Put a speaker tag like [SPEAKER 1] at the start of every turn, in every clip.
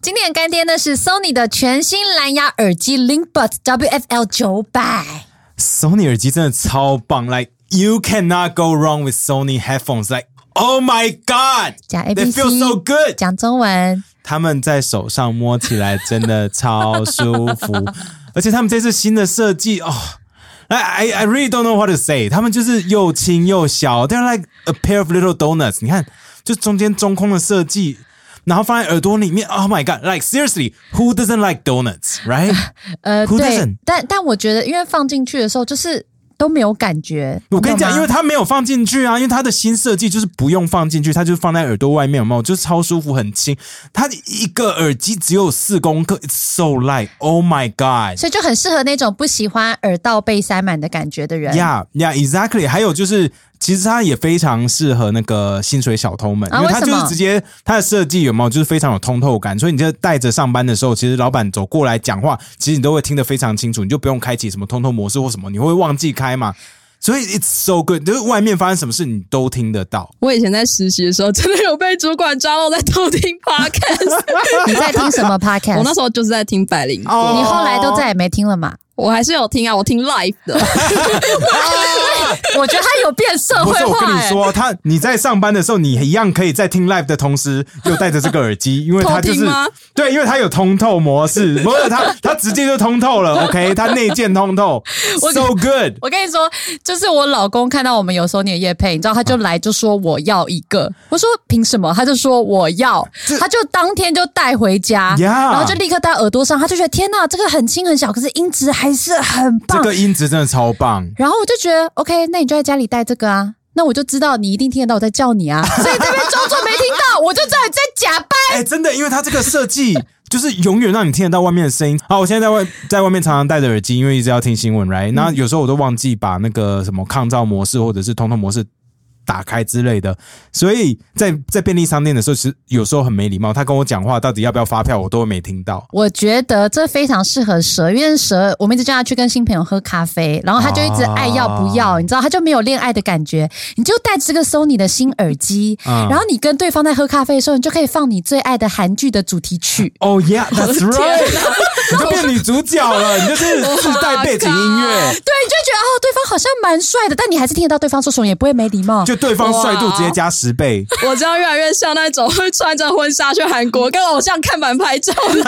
[SPEAKER 1] 今年干爹呢是 Sony 的全新蓝牙耳机 LinkBuds WFL 九百。
[SPEAKER 2] Sony 耳机真的超棒，like you cannot go wrong with Sony headphones，like oh my god，
[SPEAKER 1] 讲 A
[SPEAKER 2] they
[SPEAKER 1] B C，
[SPEAKER 2] feel so good。
[SPEAKER 1] 讲中文，
[SPEAKER 2] 他们在手上摸起来真的超舒 服，而且他们这次新的设计哦。I I I really don't know what to say。他们就是又轻又小，they're like a pair of little donuts。你看，就中间中空的设计，然后放在耳朵里面。Oh my god！Like seriously，who doesn't like donuts，right？
[SPEAKER 1] 呃，
[SPEAKER 2] Who
[SPEAKER 1] 对
[SPEAKER 2] doesn't？，
[SPEAKER 1] 但但我觉得，因为放进去的时候就是都没有感觉。
[SPEAKER 2] 我跟你
[SPEAKER 1] 懂
[SPEAKER 2] 讲，
[SPEAKER 1] 吗
[SPEAKER 2] 因为它没有放进去啊，因为它的新设计就是不用放进去，它就是放在耳朵外面，有没有？就是超舒服，很轻。它一个耳机只有四公克，It's so light。Oh my god！
[SPEAKER 1] 所以就很适合那种不喜欢耳道被塞满的感觉的人。
[SPEAKER 2] Yeah, yeah, exactly。还有就是，其实它也非常适合那个薪水小偷们，
[SPEAKER 1] 啊
[SPEAKER 2] 因为它
[SPEAKER 1] 为什
[SPEAKER 2] 就
[SPEAKER 1] 么
[SPEAKER 2] 是直接它的设计有没有就是非常有通透感，所以你就带着上班的时候，其实老板走过来讲话，其实你都会听得非常清楚，你就不用开启什么通透模式或什么，你会忘记开嘛。所以 it's so good，就是外面发生什么事你都听得到。
[SPEAKER 3] 我以前在实习的时候，真的有被主管抓到在偷听 podcast。
[SPEAKER 1] 你在听什么
[SPEAKER 3] 我
[SPEAKER 1] podcast？
[SPEAKER 3] 那时候就是在听百灵果，
[SPEAKER 2] 哦
[SPEAKER 1] 你后来都再也没听了 嘛？
[SPEAKER 3] 我还是有听啊，我听 live 的。
[SPEAKER 1] 我觉得他有变社
[SPEAKER 2] 不
[SPEAKER 1] 会
[SPEAKER 2] 是我跟
[SPEAKER 1] 化、
[SPEAKER 2] 你
[SPEAKER 1] 欸。
[SPEAKER 2] 说，他你在上班的时候，你一样可以在听 live 的同时，又戴着这个耳机，因为它就
[SPEAKER 3] 偷
[SPEAKER 2] 是
[SPEAKER 3] 听吗
[SPEAKER 2] 对，因为它有通透模式， 不是它它直接就通透了，OK，它内建通透
[SPEAKER 1] 我
[SPEAKER 2] ，so good。
[SPEAKER 1] 我跟你说，就是我老公看到我们有时候你的夜配，你知道他就来就说我要一个，我说凭什么？他就说我要，他就当天就带回家
[SPEAKER 2] Yeah
[SPEAKER 1] 然后就立刻戴耳朵上，他就觉得天呐，这个很轻很小，可是音质还是很
[SPEAKER 2] 这
[SPEAKER 1] 棒。
[SPEAKER 2] 个音质真的超棒，
[SPEAKER 1] 然后我就觉得 OK，那你就在家里带这个啊，那我就知道你一定听得到我在叫 你啊，所以这边装作没听到，我就知道你在假扮。
[SPEAKER 2] 哎、真的，因为它这个设计就是永远让你听得到外面的声音。 好，我现在在外在外面常常戴着耳机，因为一直要听新闻，right？那有时候我都忘记把那个什么抗噪模式或者是通透模式打开之类的，所以在在便利商店的时候，其实有时候很没礼貌。他跟我讲话到底要不要发票，我都没听到。
[SPEAKER 1] 我觉得这非常适合蛇，因为蛇我们一直叫他去跟新朋友喝咖啡，然后他就一直爱要不要，
[SPEAKER 2] 啊
[SPEAKER 1] 你知道他就没有恋爱的感觉，你就戴这个 Sony 的新耳机，
[SPEAKER 2] 嗯
[SPEAKER 1] 然后你跟对方在喝咖啡的时候，你就可以放你最爱的韩剧的主题曲。
[SPEAKER 2] Oh yeah, that's right！你就变女主角了，你 就是自带背景音乐，
[SPEAKER 1] 对，你就觉得哦，对方好像蛮帅的，但你还是听得到对方说什么，也不会没礼貌。
[SPEAKER 2] 就对方帅度直接加十倍。
[SPEAKER 3] 我这样越来越像那种会穿着婚纱去韩国跟偶像看板拍照的人。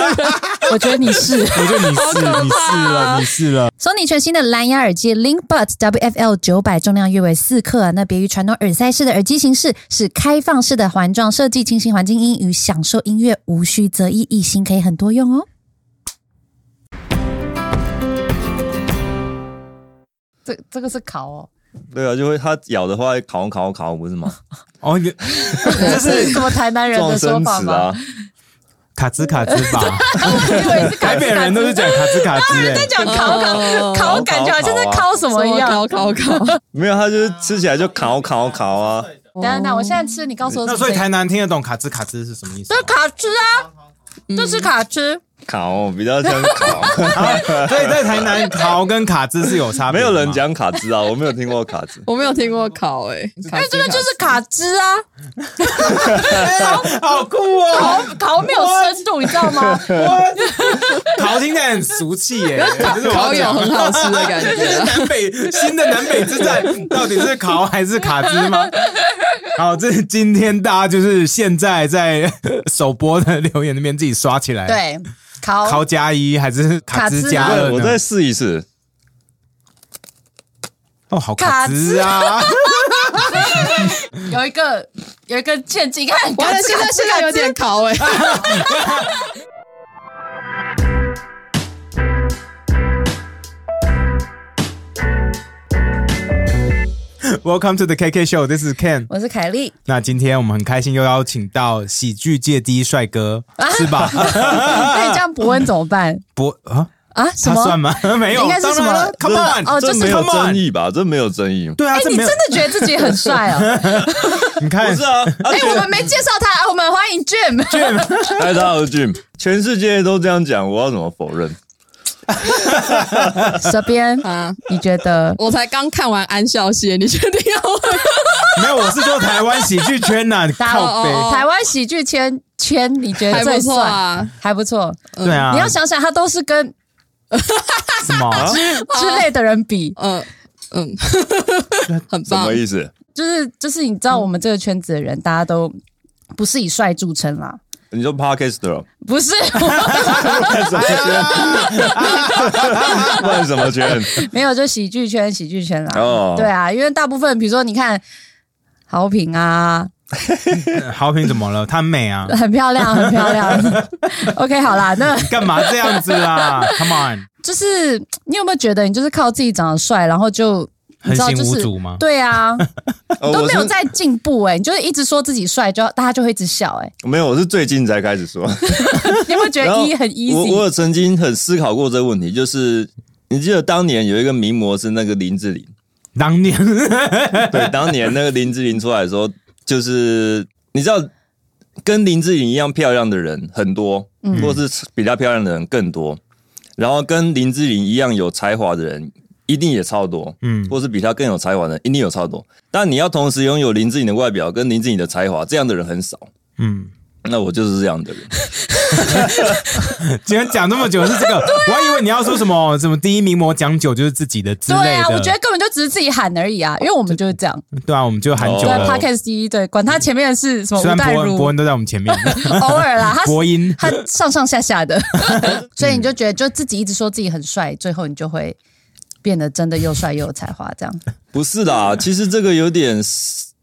[SPEAKER 1] 我觉得你是。
[SPEAKER 2] 我觉得你是你是了，你是了。
[SPEAKER 1] Sony 全新的蓝牙耳机 LinkBuds WFL 九百，重量约为四克、那别于传统耳塞式的耳机形式，是开放式的环状设计，清新环境音与享受音乐无需择一，一心可以很多用哦。这这个是烤哦，
[SPEAKER 4] 对啊，就会它咬的话，烤烤烤，不是吗？
[SPEAKER 2] 哦，你
[SPEAKER 1] 这是什么台南人
[SPEAKER 4] 撞
[SPEAKER 1] 的说
[SPEAKER 4] 生
[SPEAKER 1] 法
[SPEAKER 4] 词
[SPEAKER 1] 吗？
[SPEAKER 4] 啊，
[SPEAKER 2] 卡兹卡兹吧。
[SPEAKER 1] 我以为是烤
[SPEAKER 2] 台北人都是讲卡兹卡兹、欸，
[SPEAKER 1] 讲烤烤
[SPEAKER 3] 哦
[SPEAKER 1] 烤，感觉好像在烤什么一样。
[SPEAKER 3] 烤烤烤，
[SPEAKER 4] 没有，它就是吃起来就烤烤烤啊。
[SPEAKER 1] 等一下等一下，我现在吃，你告诉我什
[SPEAKER 2] 那
[SPEAKER 1] 么
[SPEAKER 2] 所
[SPEAKER 1] 声
[SPEAKER 2] 以
[SPEAKER 1] 音。
[SPEAKER 2] 台南听得懂卡兹卡兹是什么意思
[SPEAKER 1] 这？是卡吃啊，这是卡吃。
[SPEAKER 4] 烤比较像 烤，
[SPEAKER 2] 所以在台南烤跟卡兹是有差别
[SPEAKER 4] 没
[SPEAKER 2] 的吗，
[SPEAKER 4] 有人讲卡兹啊，我没有听过卡 兹。
[SPEAKER 3] 我没有听过哎烤诶、
[SPEAKER 1] 因哎为这个就是卡汁啊，
[SPEAKER 2] 好酷哦，
[SPEAKER 1] 烤没有深度，你知道 吗？
[SPEAKER 2] 烤听起来很俗气耶、 这是我要
[SPEAKER 3] 烤友
[SPEAKER 2] 讲
[SPEAKER 3] 很好吃的 感觉。啊
[SPEAKER 2] 南北新的南北之战到底是烤还是卡兹吗？好，这是今天大家就是现在在首播的留言那边自己刷起来，，
[SPEAKER 1] 对，烤
[SPEAKER 2] 烤加一还是卡兹加
[SPEAKER 1] 卡
[SPEAKER 2] 二
[SPEAKER 4] 对，
[SPEAKER 2] 呢？
[SPEAKER 4] 我再试一试。
[SPEAKER 2] 哦，好卡兹啊，
[SPEAKER 1] 有一个有一个陷阱看
[SPEAKER 3] 完了，现在现在有点哎烤诶、
[SPEAKER 2] Welcome to the KK Show. This is Ken.
[SPEAKER 1] 我是凯 莉，
[SPEAKER 2] 那今天我们很开心又邀请到喜剧界第一帅哥，
[SPEAKER 1] 啊
[SPEAKER 2] 是 吧？
[SPEAKER 1] 那哎你这样伯恩怎么办
[SPEAKER 2] 不啊，
[SPEAKER 1] 啊？什
[SPEAKER 2] 他
[SPEAKER 1] 么？
[SPEAKER 2] 算吗？ 没有，
[SPEAKER 1] 应该是
[SPEAKER 2] 当
[SPEAKER 1] 什么
[SPEAKER 2] 然了
[SPEAKER 4] 这
[SPEAKER 2] ？Come on，
[SPEAKER 1] 哦就
[SPEAKER 4] 这
[SPEAKER 1] 是
[SPEAKER 4] 没有
[SPEAKER 2] come on
[SPEAKER 4] 争议吧？这没有争议。
[SPEAKER 2] 对啊，
[SPEAKER 1] 哎，
[SPEAKER 2] 这
[SPEAKER 1] 你
[SPEAKER 2] 没
[SPEAKER 1] 真
[SPEAKER 2] 有，
[SPEAKER 1] 的觉得自己很帅 哦？
[SPEAKER 2] 你看
[SPEAKER 4] 不是啊，啊
[SPEAKER 1] 哎，我们没介绍他，啊我们欢迎 Jim。
[SPEAKER 4] 全哎，大家好，Jim，全世界都这样讲，我要怎么否认？
[SPEAKER 1] 这边
[SPEAKER 3] 啊！
[SPEAKER 1] 你觉得
[SPEAKER 3] 我才刚看完安孝燮，你确定要问？
[SPEAKER 2] 没有，我是说台湾喜剧 圈呐、
[SPEAKER 1] 大家
[SPEAKER 2] 靠
[SPEAKER 3] 哦
[SPEAKER 2] 背，
[SPEAKER 1] 台湾喜剧圈圈你觉得
[SPEAKER 3] 还
[SPEAKER 1] 最
[SPEAKER 3] 不错
[SPEAKER 1] 帅？
[SPEAKER 3] 啊，
[SPEAKER 1] 还不错，
[SPEAKER 2] 对啊，
[SPEAKER 1] 哦你要想想，他都是跟
[SPEAKER 2] 什么？
[SPEAKER 1] 之类的人比，
[SPEAKER 2] 啊
[SPEAKER 3] 嗯嗯， 很
[SPEAKER 4] 什
[SPEAKER 3] 棒
[SPEAKER 4] 么。意思？
[SPEAKER 1] 就是就是你知道我们这个圈子的人，大家都不是以帅著称啦，
[SPEAKER 4] 你说 podcaster，
[SPEAKER 1] 不是
[SPEAKER 4] 办什么
[SPEAKER 1] 哎
[SPEAKER 4] 圈？ 办什么圈？
[SPEAKER 1] 没有就喜剧圈喜剧圈啦，
[SPEAKER 4] 哦
[SPEAKER 1] 对啊，因为大部分比如说你看。好评
[SPEAKER 4] 哦
[SPEAKER 1] 啊，
[SPEAKER 2] 好评怎么了？她美啊，
[SPEAKER 1] 很漂 亮，很漂亮。OK，好 啦，那
[SPEAKER 2] 干嘛这样子 啦？Come on，
[SPEAKER 1] 就是你有没有觉得你就是靠自己长得帅，然后就你
[SPEAKER 2] 横
[SPEAKER 1] 知道就
[SPEAKER 2] 行无
[SPEAKER 1] 是
[SPEAKER 2] 阻吗？
[SPEAKER 1] 对 啊，
[SPEAKER 4] 哦
[SPEAKER 1] 都
[SPEAKER 4] 我
[SPEAKER 1] 没
[SPEAKER 4] 是
[SPEAKER 1] 有在进步哎、你就是一直说自己帅，就大家就会一直笑哎、
[SPEAKER 4] 没有，我是最近才开始说。
[SPEAKER 1] 你有没有觉
[SPEAKER 4] 然
[SPEAKER 1] 得
[SPEAKER 4] 后
[SPEAKER 1] 一很
[SPEAKER 4] 我我
[SPEAKER 1] easy？
[SPEAKER 4] 有曾经很思考过这个问题，就是你记得当年有一个名模是那个林志玲，
[SPEAKER 2] 当年
[SPEAKER 4] 对，当年那个林志玲出来的时候，就是你知道，跟林志玲一样漂亮的人很多，
[SPEAKER 1] 嗯
[SPEAKER 4] 或是比她漂亮的人更多，然后跟林志玲一样有才华的人。一定也超多，
[SPEAKER 2] 嗯
[SPEAKER 4] 嗯，或是比她更有才华的人，一定有超多。但你要同时拥有林志颖的外表跟林志颖的才华，这样的人很少。
[SPEAKER 2] 嗯，
[SPEAKER 4] 那我就是这样的人，
[SPEAKER 2] 今天讲那么久是这个，
[SPEAKER 1] 啊
[SPEAKER 2] 我还以为你要说什么什么第一名模讲久就是自己的之类的，
[SPEAKER 1] 对啊，我觉得根本就只是自己喊而已啊，因为我们就是这样。
[SPEAKER 2] 对啊，我们就喊久
[SPEAKER 1] 对
[SPEAKER 4] 哦
[SPEAKER 2] 了，
[SPEAKER 1] ，Podcast 第一对，管他前面是什么
[SPEAKER 2] 虽
[SPEAKER 1] 吴
[SPEAKER 2] 然
[SPEAKER 1] 淡
[SPEAKER 2] 伯恩伯
[SPEAKER 1] 如，
[SPEAKER 2] 恩都在我们前面，
[SPEAKER 1] 偶尔啦，他
[SPEAKER 2] 伯音
[SPEAKER 1] 他上上下下 的，所以
[SPEAKER 2] 嗯
[SPEAKER 1] 你就觉得就自己一直说自己很帅，最后你就会变得真的又帅又有才华这样。
[SPEAKER 4] 不是啦，其实这个有点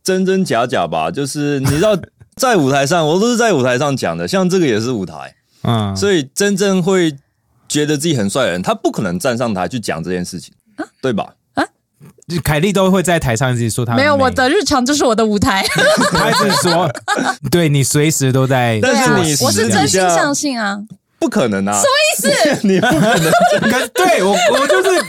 [SPEAKER 4] 真真假假吧，就是你知道，在舞台上，我都是在舞台上讲的，像这个也是舞台，
[SPEAKER 2] 嗯，
[SPEAKER 4] 所以真正会觉得自己很帅的人，他不可能站上台去讲这件事情，对吧？
[SPEAKER 2] 就凯莉都会在台上一直说她很
[SPEAKER 1] 没有，
[SPEAKER 2] 美
[SPEAKER 1] 我的日常就是我的舞台，
[SPEAKER 2] 她一直 说，对你随时都在，
[SPEAKER 4] 但是
[SPEAKER 1] 啊
[SPEAKER 4] 你，
[SPEAKER 1] 我是
[SPEAKER 4] 私底
[SPEAKER 1] 真心
[SPEAKER 4] 下
[SPEAKER 1] 相信啊。
[SPEAKER 4] 不可能啊！什么意思？ 你不
[SPEAKER 2] 可对我我就是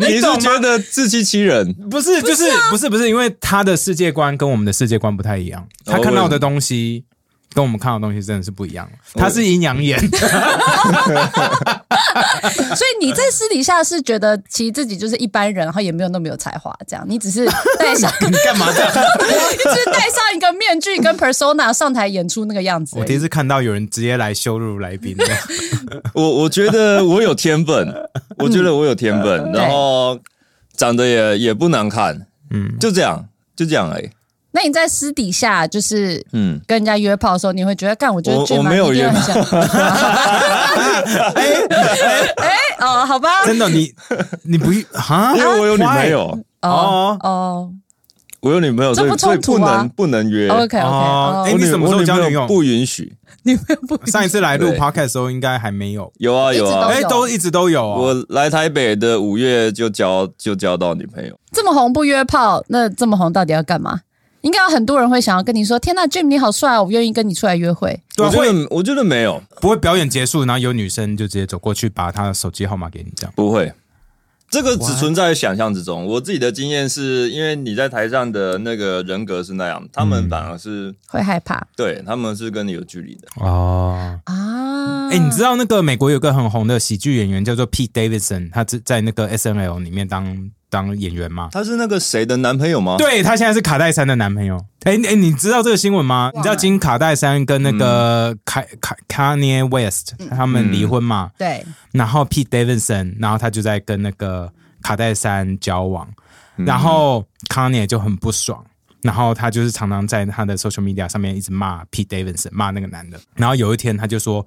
[SPEAKER 4] 你
[SPEAKER 2] 懂
[SPEAKER 4] 是
[SPEAKER 2] 吗
[SPEAKER 4] 觉得自欺欺人？
[SPEAKER 2] 不是，就是
[SPEAKER 1] 啊
[SPEAKER 2] 不是不是，因为他的世界观跟我们的世界观不太一样，他看到的东西跟我们看到的东西真的是不一样。他是阴阳眼，
[SPEAKER 1] 所以你在私底下是觉得其实自己就是一般人，然后也没有那么有才华，这样你只 是戴上，
[SPEAKER 2] 你干嘛这样？
[SPEAKER 1] 你只是戴上一个面具跟 persona 上台演出那个样子而已。
[SPEAKER 2] 我第一次看到有人直接来羞辱来宾的，
[SPEAKER 4] 我我觉得我有天分，我觉得我有天分，然后长得也也不难看，
[SPEAKER 2] 嗯，
[SPEAKER 4] 就这样，就这样而已。
[SPEAKER 1] 那你在私底下就是
[SPEAKER 4] 嗯，
[SPEAKER 1] 跟人家约炮的时候，你会觉得干，我觉得
[SPEAKER 4] 我
[SPEAKER 1] 俊
[SPEAKER 4] 我
[SPEAKER 1] 男
[SPEAKER 4] 没有
[SPEAKER 1] 一定
[SPEAKER 4] 约
[SPEAKER 1] 很像。 哎哦，好吧，
[SPEAKER 2] 真的你你不啊
[SPEAKER 4] 因？为我有女朋友。
[SPEAKER 1] 哦哦
[SPEAKER 4] 我有女朋友，
[SPEAKER 1] 这
[SPEAKER 4] 所
[SPEAKER 1] 不
[SPEAKER 4] 以所以
[SPEAKER 1] 冲
[SPEAKER 4] 不
[SPEAKER 1] 突啊
[SPEAKER 4] 能不能约。
[SPEAKER 1] ，OK OK，
[SPEAKER 2] 哦
[SPEAKER 1] 哦
[SPEAKER 2] 哎
[SPEAKER 4] 我
[SPEAKER 2] 你
[SPEAKER 4] 女
[SPEAKER 2] 什么时候
[SPEAKER 4] 我女
[SPEAKER 2] 交
[SPEAKER 4] 朋友
[SPEAKER 2] 女友
[SPEAKER 4] 不允许。
[SPEAKER 1] 你们不
[SPEAKER 2] 上一次来录
[SPEAKER 4] 对
[SPEAKER 2] podcast 的时候应该还没有，
[SPEAKER 4] 有啊
[SPEAKER 1] 一直
[SPEAKER 4] 有啊
[SPEAKER 1] 都，
[SPEAKER 2] 哎，都一直都有哦。
[SPEAKER 4] 我来台北的五月就交就交到女朋友。
[SPEAKER 1] 这么红不约炮，那这么红到底要干嘛？应该有很多人会想要跟你说：“天呐，Jim 你好帅啊，我愿意跟你出来约会。
[SPEAKER 2] 对啊
[SPEAKER 4] 我觉得我觉得没有，
[SPEAKER 2] 不会表演结束，然后有女生就直接走过去把她的手机号码给你，这样
[SPEAKER 4] 不会。这个只
[SPEAKER 2] What？
[SPEAKER 4] 存在于想象之中。我自己的经验是，因为你在台上的那个人格是那样，他
[SPEAKER 2] 嗯
[SPEAKER 4] 们反而是、”
[SPEAKER 1] 会害怕
[SPEAKER 4] 对他们是跟你有距离的。
[SPEAKER 2] 哦。
[SPEAKER 1] 啊？
[SPEAKER 2] 哎、你知道那个美国有个很红的喜剧演员叫做 Pete Davidson，他在在那个 S N L 里面当当演员嘛？
[SPEAKER 4] 他是那个谁的男朋友吗？，
[SPEAKER 2] 对他现在是卡戴珊的男朋友。哎、哎、你知道这个新闻吗？你知道金卡戴珊跟那个凯凯 Kanye West 他们离婚嘛？
[SPEAKER 1] 对，
[SPEAKER 2] 然后 Pete Davidson，然后他就在跟那个卡戴珊交往，然后 Kanye 就很不爽。然后他就是常常在他的 social media 上面一直骂 Pete Davidson，骂那个男的。然后有一天他就说，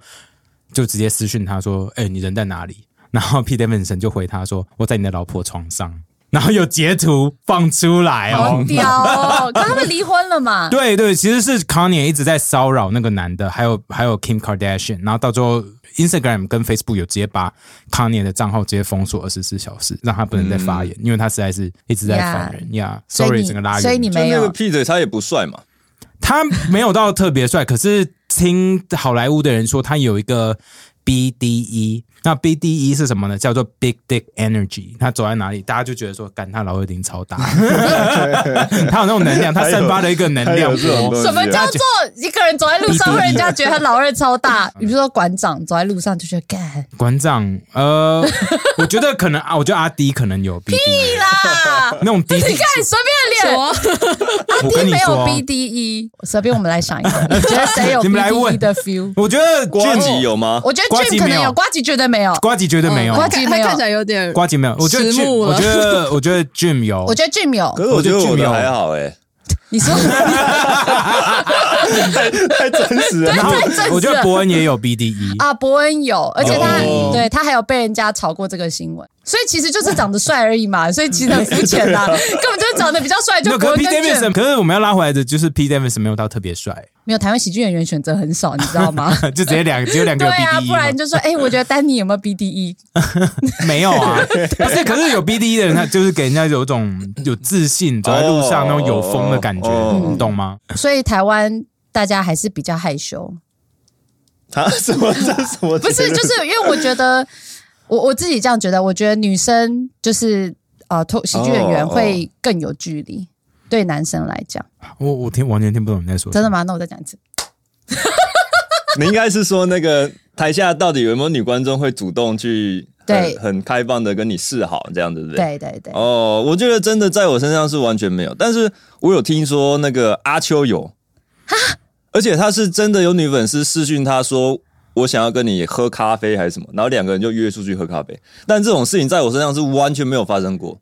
[SPEAKER 2] 就直接私讯他说：“哎、你人在哪里？”然后 Pete Davidson 就回他说：“我在你的老婆床上。”然后有截图放出
[SPEAKER 4] 哎
[SPEAKER 2] 来
[SPEAKER 1] 好
[SPEAKER 2] 哦。
[SPEAKER 1] 屌 哦！可他们离婚了嘛？
[SPEAKER 2] 对对，其实是 Kanye 一直在骚扰那个男的，还有还有 Kim Kardashian，然后到最后 Instagram 跟 Facebook 有直接把 Kanye 的账号直接封锁二十四小时，让他不能再发
[SPEAKER 4] 嗯
[SPEAKER 2] 言，因为他实在是一直在烦人呀。
[SPEAKER 1] 所以
[SPEAKER 2] Sorry，
[SPEAKER 1] 你
[SPEAKER 2] 整个拉远，
[SPEAKER 1] 所以你
[SPEAKER 4] 就
[SPEAKER 1] 没
[SPEAKER 4] 那个
[SPEAKER 1] 有
[SPEAKER 4] Peter 他也不帅嘛。
[SPEAKER 2] 他没有到特别帅，可是听好莱坞的人说，他有一个 BDE。那 BDE 是什么呢？叫做 Big Dick Energy。它走在哪里，大家就觉得说，干他老二零超大， 他有那种能量，他散发了一个能
[SPEAKER 4] 还
[SPEAKER 2] 量
[SPEAKER 4] 有这种
[SPEAKER 2] 波
[SPEAKER 4] 东。西
[SPEAKER 1] 什么叫做一个人走在路上，会人家觉得他老二超大？你比如说馆长走在路上就觉得干
[SPEAKER 2] 馆长， 呃，我觉得可能啊，我觉得阿迪可能有 BDE
[SPEAKER 1] 啦！
[SPEAKER 2] 那种 BDE。
[SPEAKER 1] 你看随便
[SPEAKER 3] 什
[SPEAKER 1] 脸，
[SPEAKER 3] 么？
[SPEAKER 2] 我
[SPEAKER 1] 第
[SPEAKER 2] 跟
[SPEAKER 1] 一
[SPEAKER 2] 你
[SPEAKER 1] 没有
[SPEAKER 2] 说，
[SPEAKER 1] BDE，随便我们来想一个，你觉得谁有
[SPEAKER 2] 你们来
[SPEAKER 1] BDE
[SPEAKER 2] 问
[SPEAKER 1] 的 feel？
[SPEAKER 2] 我觉得
[SPEAKER 4] 瓜
[SPEAKER 2] 俊
[SPEAKER 4] 吉有吗？
[SPEAKER 1] 我觉得
[SPEAKER 2] 瓜
[SPEAKER 1] Jim
[SPEAKER 2] 吉
[SPEAKER 1] 可
[SPEAKER 2] 没
[SPEAKER 1] 能
[SPEAKER 2] 有
[SPEAKER 1] 有，瓜吉绝对没有。
[SPEAKER 2] 瓜吉绝嗯对没有，
[SPEAKER 1] 嗯瓜吉
[SPEAKER 3] 他
[SPEAKER 1] 没有
[SPEAKER 3] 看起来有点
[SPEAKER 2] 瓜吉没有，我觉得
[SPEAKER 3] 迟
[SPEAKER 2] Jim，
[SPEAKER 3] 暮了
[SPEAKER 2] 我觉得我觉得 Jim 有，
[SPEAKER 1] 我觉得 Jim 有
[SPEAKER 4] 可，是我觉得
[SPEAKER 2] 我觉得
[SPEAKER 4] 我
[SPEAKER 2] 巨苗
[SPEAKER 4] 的还好 哎，
[SPEAKER 1] 你说
[SPEAKER 4] 太太真 实了。
[SPEAKER 2] 然后
[SPEAKER 1] 太真实了
[SPEAKER 2] 我觉得伯恩也有 BDE，
[SPEAKER 1] 啊，伯恩有，而且他
[SPEAKER 2] 哦
[SPEAKER 4] 有
[SPEAKER 1] 对他还有被人家炒过这个新闻，所以其实就是长得帅而已嘛，所以其实很肤浅 啦，根本就是长得比较帅
[SPEAKER 2] 没
[SPEAKER 1] 就
[SPEAKER 2] 有，
[SPEAKER 1] 伯
[SPEAKER 2] 可
[SPEAKER 1] 恩
[SPEAKER 2] 是 P
[SPEAKER 1] 跟
[SPEAKER 2] Davidson，
[SPEAKER 1] Jim
[SPEAKER 2] 可是我们要拉回来的，就是 P Davidson 没有到特别帅，
[SPEAKER 1] 没有台湾喜剧演员选择很少，你知道吗？
[SPEAKER 2] 就直接两只有两个
[SPEAKER 1] 对
[SPEAKER 2] 有 E
[SPEAKER 1] 啊，不然
[SPEAKER 2] BDE，
[SPEAKER 1] 就说，哎、我觉得丹尼有没 E？有 BDE？
[SPEAKER 2] 嘛 没 有啊，不是，可是有 BDE 的人，他就是给人家有一种有自信，走在路上那种有风的感
[SPEAKER 4] 哦
[SPEAKER 2] 觉，你懂吗？
[SPEAKER 1] 所以台湾大家还是比较害羞，
[SPEAKER 4] 他什么这什么？
[SPEAKER 1] 不 是，就是因为我觉得我我自己这样觉得，我觉得女生就是呃，脱喜剧演员
[SPEAKER 4] 哦哦
[SPEAKER 1] 会更有距离。对男生来讲，
[SPEAKER 2] 我我听完全听不懂你在说什
[SPEAKER 1] 真
[SPEAKER 2] 么，
[SPEAKER 1] 的吗？那我再讲一次。
[SPEAKER 4] 你应该是说那个台下到底有没有女观众会主动去很
[SPEAKER 1] 对
[SPEAKER 4] 很开放的跟你示好，这样对不对？
[SPEAKER 1] 对对对，
[SPEAKER 4] 哦，我觉得真的在我身上是完全没有，但是我有听说那个阿秋有，而且他是真的有女粉丝私讯他说。我想要跟你喝咖啡还是什么，然后两个人就约出去喝咖啡。但这种事情在我身上是完全没有发生过，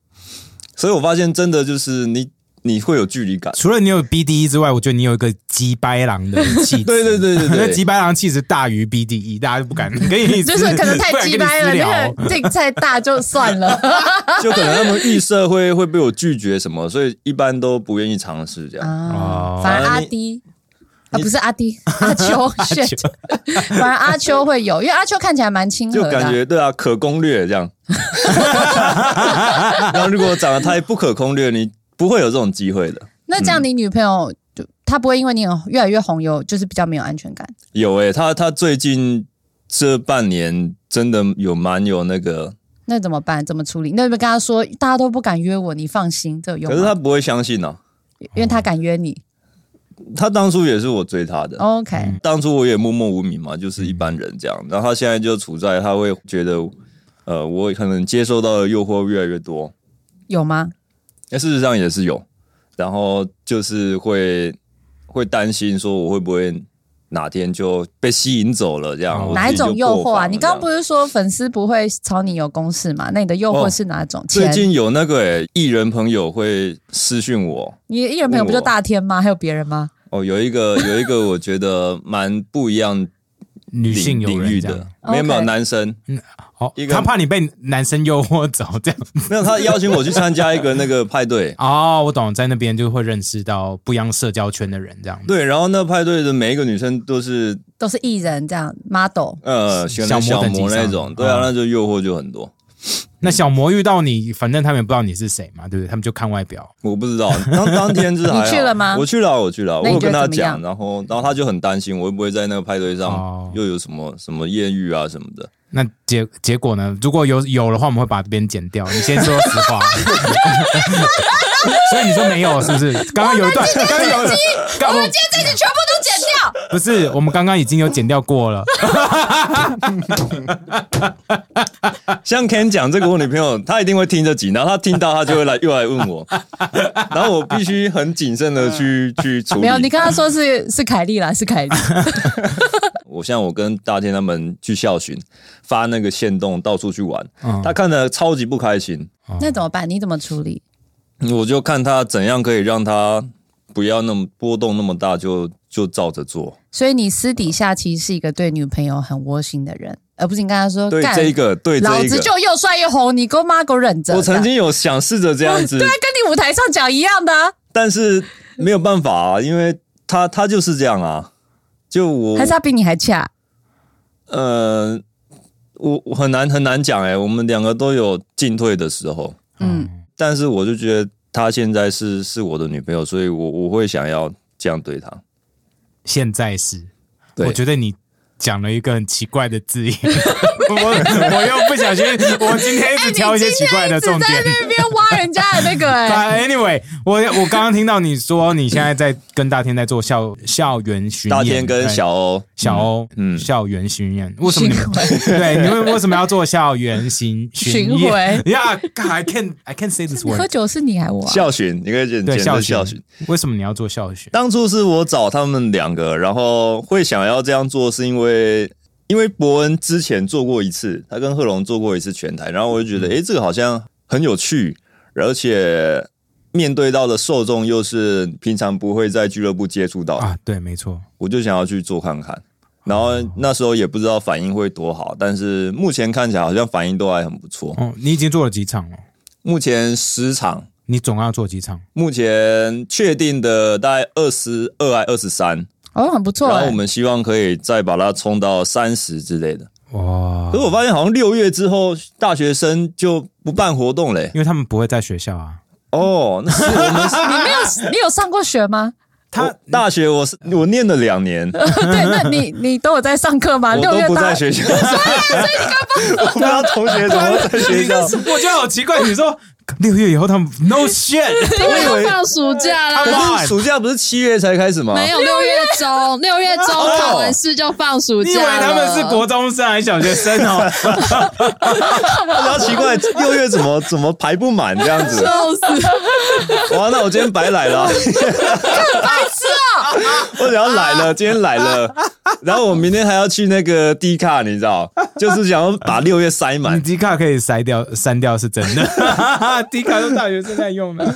[SPEAKER 4] 所以我发现真的就是你你会有距离感。
[SPEAKER 2] 除了你有 BDE 之外，我觉得你有一个鸡掰狼的气质。
[SPEAKER 4] 对对对对对
[SPEAKER 2] 那鸡掰狼气质大于 BDE，大家就不敢跟你，
[SPEAKER 1] 就是可能
[SPEAKER 2] 不
[SPEAKER 1] 太
[SPEAKER 2] 敢跟
[SPEAKER 1] 鸡
[SPEAKER 2] 你
[SPEAKER 1] 掰了，
[SPEAKER 2] 私聊
[SPEAKER 1] 那个劲太大就算了
[SPEAKER 4] 就可能他们预设会会被我拒绝什么，所以一般都不愿意尝试这样。
[SPEAKER 1] 啊。反而阿迪啊，
[SPEAKER 4] 你
[SPEAKER 1] 不是阿迪，阿秋 shit，反而阿秋会有，因为阿秋看起来蛮亲
[SPEAKER 4] 就
[SPEAKER 1] 和的
[SPEAKER 4] 感
[SPEAKER 1] 啊。
[SPEAKER 4] 觉对啊，可攻略这样。然后如果长得太不可攻略，你不会有这种机会的。
[SPEAKER 1] 那这样你女朋友就她不会因为你很越来越红有就是比较没有安全感。
[SPEAKER 4] 有诶、他他最近这半年真的有蛮有那个，
[SPEAKER 1] 那怎么办？怎么处理？那有没有跟他说，大家都不敢约我，你放心，这有用
[SPEAKER 4] 可
[SPEAKER 1] 吗
[SPEAKER 4] 是他不会相信哦、
[SPEAKER 1] 因为他敢约你。
[SPEAKER 4] 他当初也是我追他的，
[SPEAKER 1] OK，、
[SPEAKER 4] 当初我也默默无名嘛，就是一
[SPEAKER 1] 嗯
[SPEAKER 4] 般人这样。然后他现在就处在他会觉得，呃，我可能接受到的诱惑越来越多，
[SPEAKER 1] 有吗？
[SPEAKER 4] 那事实上也是有，然后就是会会担心说我会不会哪天就被吸引走了这样。
[SPEAKER 2] 哦
[SPEAKER 4] 我自己
[SPEAKER 1] 哪一种
[SPEAKER 4] 就
[SPEAKER 1] 诱惑
[SPEAKER 4] 过
[SPEAKER 1] 啊？
[SPEAKER 4] 防
[SPEAKER 1] 你刚刚不
[SPEAKER 4] 了
[SPEAKER 1] 是说粉丝不会朝你有攻势嘛？那你的诱惑
[SPEAKER 4] 哦
[SPEAKER 1] 是哪种？
[SPEAKER 4] 这样最
[SPEAKER 1] 钱？
[SPEAKER 4] 近有那个欸艺、人朋友会私讯我
[SPEAKER 1] 你的艺人朋友不就大天吗？还有别人吗？
[SPEAKER 4] 哦，有一个有一个我觉得蛮不一样
[SPEAKER 2] 女性
[SPEAKER 4] 领
[SPEAKER 2] 友
[SPEAKER 4] 领
[SPEAKER 2] 人
[SPEAKER 4] 域
[SPEAKER 2] 这
[SPEAKER 4] 的
[SPEAKER 2] 样。，
[SPEAKER 4] 没有没有
[SPEAKER 1] OK
[SPEAKER 4] 男生，
[SPEAKER 2] 哦
[SPEAKER 4] 一，个
[SPEAKER 2] 他怕你被男生诱惑走这样。。
[SPEAKER 4] 没有他邀请我去参加一个那个派对
[SPEAKER 2] 哦，我懂，在那边就会认识到不一样社交圈的人这样。
[SPEAKER 4] 对，然后那派对的每一个女生都是
[SPEAKER 1] 都是艺人这样 model，
[SPEAKER 4] 呃，可能
[SPEAKER 2] 小模
[SPEAKER 4] 小
[SPEAKER 2] 等级
[SPEAKER 4] 模那
[SPEAKER 2] 上
[SPEAKER 4] 种，对啊
[SPEAKER 2] 嗯，
[SPEAKER 4] 那就诱惑就很多。
[SPEAKER 2] 那小魔遇到你，反正他们也不知道你是谁嘛，对不对？他们就看外表。
[SPEAKER 4] 我不知道，当当天是还好
[SPEAKER 1] 你去了吗
[SPEAKER 4] 我去了，我去了，我
[SPEAKER 1] 那你
[SPEAKER 4] 有
[SPEAKER 1] 觉得
[SPEAKER 4] 跟他
[SPEAKER 1] 怎么样
[SPEAKER 4] 讲，然后然后他就很担心我会不会在那个派对
[SPEAKER 2] 哦
[SPEAKER 4] 上又有什么什么艳遇啊什么的。
[SPEAKER 2] 那结结果呢？如果有有的话，我们会把这边剪掉。你先说实话。 所以你说没有是不是？刚刚有一段，刚刚有，
[SPEAKER 4] 啊
[SPEAKER 2] 刚我
[SPEAKER 1] 今天这集全部都剪掉。
[SPEAKER 2] 不是我们刚刚已经有剪掉过了。
[SPEAKER 4] 像 Ken 讲这个我女朋友，她一定会听这集，然后她听到她就会来又来问我， 然后我必须很谨慎的去去处
[SPEAKER 1] 嗯
[SPEAKER 4] 理。
[SPEAKER 1] 没有，你刚刚说是是凯莉啦，是凯莉。
[SPEAKER 4] 我像我跟大天他们去校巡，发那个线动到处去玩，他看的超级不开心，
[SPEAKER 1] 那怎么办？你怎么处理？
[SPEAKER 4] 我就看他怎样可以让他不要那么波动那么大，就就照着做。
[SPEAKER 1] 所以你私底下其实是一个对女朋友很窝心的人，而不是你刚才说
[SPEAKER 4] 对
[SPEAKER 1] 干
[SPEAKER 4] 这一个，对这
[SPEAKER 1] 老
[SPEAKER 4] 一
[SPEAKER 1] 子
[SPEAKER 4] 个，
[SPEAKER 1] 就又帅又红，你给我妈给我忍着。
[SPEAKER 4] 我
[SPEAKER 1] 这
[SPEAKER 4] 曾
[SPEAKER 1] 样
[SPEAKER 4] 经有想试着这样子，
[SPEAKER 1] 对啊，跟你舞台上讲一样的啊、
[SPEAKER 4] 但是没有办法啊，因为他他就是这样啊，就我
[SPEAKER 1] 还是他比你还恰？
[SPEAKER 4] 呃，我我很难很难讲哎、我们两个都有进退的时候，
[SPEAKER 1] 嗯，
[SPEAKER 4] 但是我就觉得她现在是是我的女朋友，所以我我会想要这样对她。
[SPEAKER 2] 现在是，
[SPEAKER 4] 对
[SPEAKER 2] 我觉得你讲了一个很奇怪的字眼， 我我又不小心，我今天一直挑一些奇怪的重点。
[SPEAKER 1] 那边挖人家的那个、哎，
[SPEAKER 2] 啊 Anyway，我我刚刚听到你说你现在在跟大天在做校校园巡演，
[SPEAKER 4] 大天跟
[SPEAKER 2] 对
[SPEAKER 4] 小欧，
[SPEAKER 2] 小欧，嗯，
[SPEAKER 4] 嗯
[SPEAKER 2] 校园巡演，为什么你们对你们为什么要做校园巡巡
[SPEAKER 1] 巡
[SPEAKER 2] 演
[SPEAKER 1] 回
[SPEAKER 2] ？Yeah, God, I can't, I can't say this
[SPEAKER 1] 你喝
[SPEAKER 2] word。
[SPEAKER 1] 酒是你还我、啊？
[SPEAKER 4] 校巡，你可以简
[SPEAKER 2] 对
[SPEAKER 4] 简
[SPEAKER 2] 校
[SPEAKER 4] 称
[SPEAKER 2] 巡
[SPEAKER 4] 校巡。，
[SPEAKER 2] 为什么你要做校巡？
[SPEAKER 4] 当初是我找他们两个，然后会想要这样做，是因为因为伯恩之前做过一次，他跟贺龙做过一次全台，然后我就觉得，诶，这个好像很有趣，而且面对到的受众又是平常不会在俱乐部接触到的，
[SPEAKER 2] 啊，对，没错，
[SPEAKER 4] 我就想要去做看看。然后那时候也不知道反应会多好，但是目前看起来好像反应都还很不错。
[SPEAKER 2] 哦，你已经做了几场了？
[SPEAKER 4] 目前十场，
[SPEAKER 2] 你总要做几场？
[SPEAKER 4] 目前确定的大概二十二还二十三，
[SPEAKER 1] 哦，很不错、
[SPEAKER 4] 然后
[SPEAKER 1] 哎
[SPEAKER 4] 我们希望可以再把它冲到三十之类的。
[SPEAKER 2] 哇
[SPEAKER 4] 可，是我发现好像六月之后，大学生就不办活动嘞、
[SPEAKER 2] 因为他们不会在学校啊。
[SPEAKER 4] 哦，那是 我们是
[SPEAKER 1] 你没
[SPEAKER 4] 啊
[SPEAKER 1] 有，你有上过学吗？
[SPEAKER 2] 他，
[SPEAKER 4] 我大学我是我念了两年，
[SPEAKER 1] 对，那你你都有在上课吗？
[SPEAKER 4] 我
[SPEAKER 1] 啊六
[SPEAKER 4] 都
[SPEAKER 1] 月
[SPEAKER 4] 不
[SPEAKER 1] 大啊
[SPEAKER 4] 在学校。 我不知道同学怎么在学校
[SPEAKER 2] 我觉得好奇怪，你说六月以后他们 no shit，
[SPEAKER 3] 因为要放暑假啦。
[SPEAKER 4] 可是暑假不是七月才开始吗？
[SPEAKER 3] 没有六月中，六月中考完试就放暑
[SPEAKER 2] 哦你
[SPEAKER 3] 假
[SPEAKER 2] 以为他们是
[SPEAKER 3] 了
[SPEAKER 2] 国中生还是小学生 哦？
[SPEAKER 4] 比较奇怪，六月怎么怎么排不满这样子？
[SPEAKER 3] 笑死，
[SPEAKER 4] 哇，那我今天白 来了、白痴
[SPEAKER 1] 哦
[SPEAKER 4] 啊！ 我想要来了，今天来了，然后我明天还要去那个 D 卡，你知道，就是想要把六月塞
[SPEAKER 2] 你
[SPEAKER 4] 满。
[SPEAKER 2] 迪卡可以筛掉删掉是真 的，迪卡都大学生在用啊的。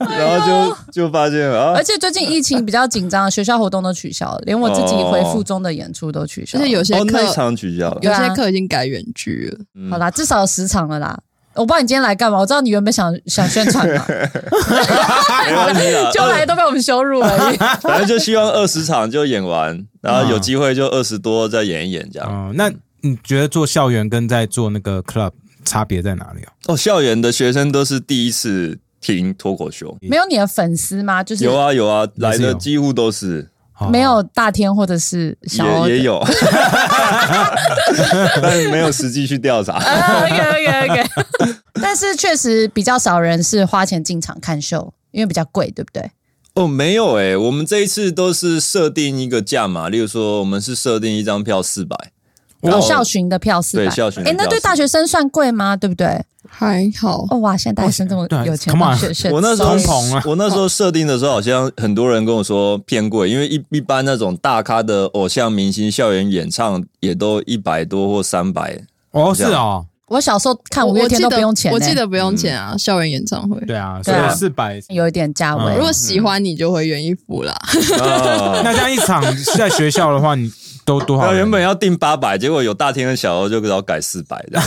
[SPEAKER 4] 然后就就发现啊
[SPEAKER 1] 哎而，且最近疫情比较紧张，学校活动都取消了，连我自己回附中的演出都取消
[SPEAKER 3] 就
[SPEAKER 1] 了。
[SPEAKER 3] 是有些
[SPEAKER 4] 哦，
[SPEAKER 3] 课、
[SPEAKER 4] 那一场 取消了。
[SPEAKER 3] 有
[SPEAKER 1] 对
[SPEAKER 3] 些
[SPEAKER 1] 啊
[SPEAKER 3] 课已经改远距了。
[SPEAKER 1] 好
[SPEAKER 4] 嗯
[SPEAKER 1] 啦，至少有十场了啦。我不知道你今天来干嘛，我知道你原本想想宣传 嘛，
[SPEAKER 4] 没关系啦
[SPEAKER 1] 啊就来都被我们羞辱而已。
[SPEAKER 4] 反正就希望二十场就演完，然
[SPEAKER 2] 啊
[SPEAKER 4] 后有机会就二十多再演一演这样。
[SPEAKER 2] 哦，那你觉得做校园跟在做那个 club 差别在哪里哦？
[SPEAKER 4] 哦，校园的学生都是第一次听脱口秀，
[SPEAKER 1] 没有你的粉丝吗？就是
[SPEAKER 4] 有啊有啊，来
[SPEAKER 2] 也是
[SPEAKER 4] 的
[SPEAKER 2] 有
[SPEAKER 4] 几乎都是，
[SPEAKER 2] 哦
[SPEAKER 1] 没有大天或者是小欧
[SPEAKER 4] 也也 有， 但没有实际去调查。
[SPEAKER 1] OK OK OK，但 是确实比较少人是花钱进场看秀，因为比较贵，对不对？
[SPEAKER 4] 哦，没有诶、我们这一次都是设定一个价码，例如说我们是设定一张票四百，
[SPEAKER 1] 然后
[SPEAKER 4] 哦
[SPEAKER 1] 校巡的票四百，
[SPEAKER 4] 对校巡的
[SPEAKER 1] 哎，那
[SPEAKER 4] 票
[SPEAKER 1] 对大学生算贵吗？对不对？
[SPEAKER 3] 还好，
[SPEAKER 1] 哦哇，现在大学生这么
[SPEAKER 2] 对啊
[SPEAKER 1] 有钱
[SPEAKER 2] come on，
[SPEAKER 1] 当学生，
[SPEAKER 4] 我那时候
[SPEAKER 2] 通膨啊
[SPEAKER 4] 我那时候设定的时候，好像很多人跟我说偏贵，因为一一般那种大咖的偶像明星校园演唱也都一百多或 三百。
[SPEAKER 2] 哦，是哦，
[SPEAKER 1] 我小时候看五
[SPEAKER 3] 我
[SPEAKER 1] 月
[SPEAKER 3] 记
[SPEAKER 1] 天
[SPEAKER 3] 得
[SPEAKER 1] 都不用钱、欸
[SPEAKER 3] 我记得不用钱啊，校园演唱会。
[SPEAKER 2] 嗯对啊，所
[SPEAKER 1] 对
[SPEAKER 2] 以
[SPEAKER 1] 啊
[SPEAKER 2] 四百。
[SPEAKER 1] 有一点价位
[SPEAKER 2] 嗯
[SPEAKER 3] 如。果喜欢你就会愿意付啦，
[SPEAKER 4] 啊
[SPEAKER 2] 那这样一场在学校的话，你都多少
[SPEAKER 4] 那
[SPEAKER 2] 人？
[SPEAKER 4] 原本要定八百，结果有大天跟小欧就给我改四百的。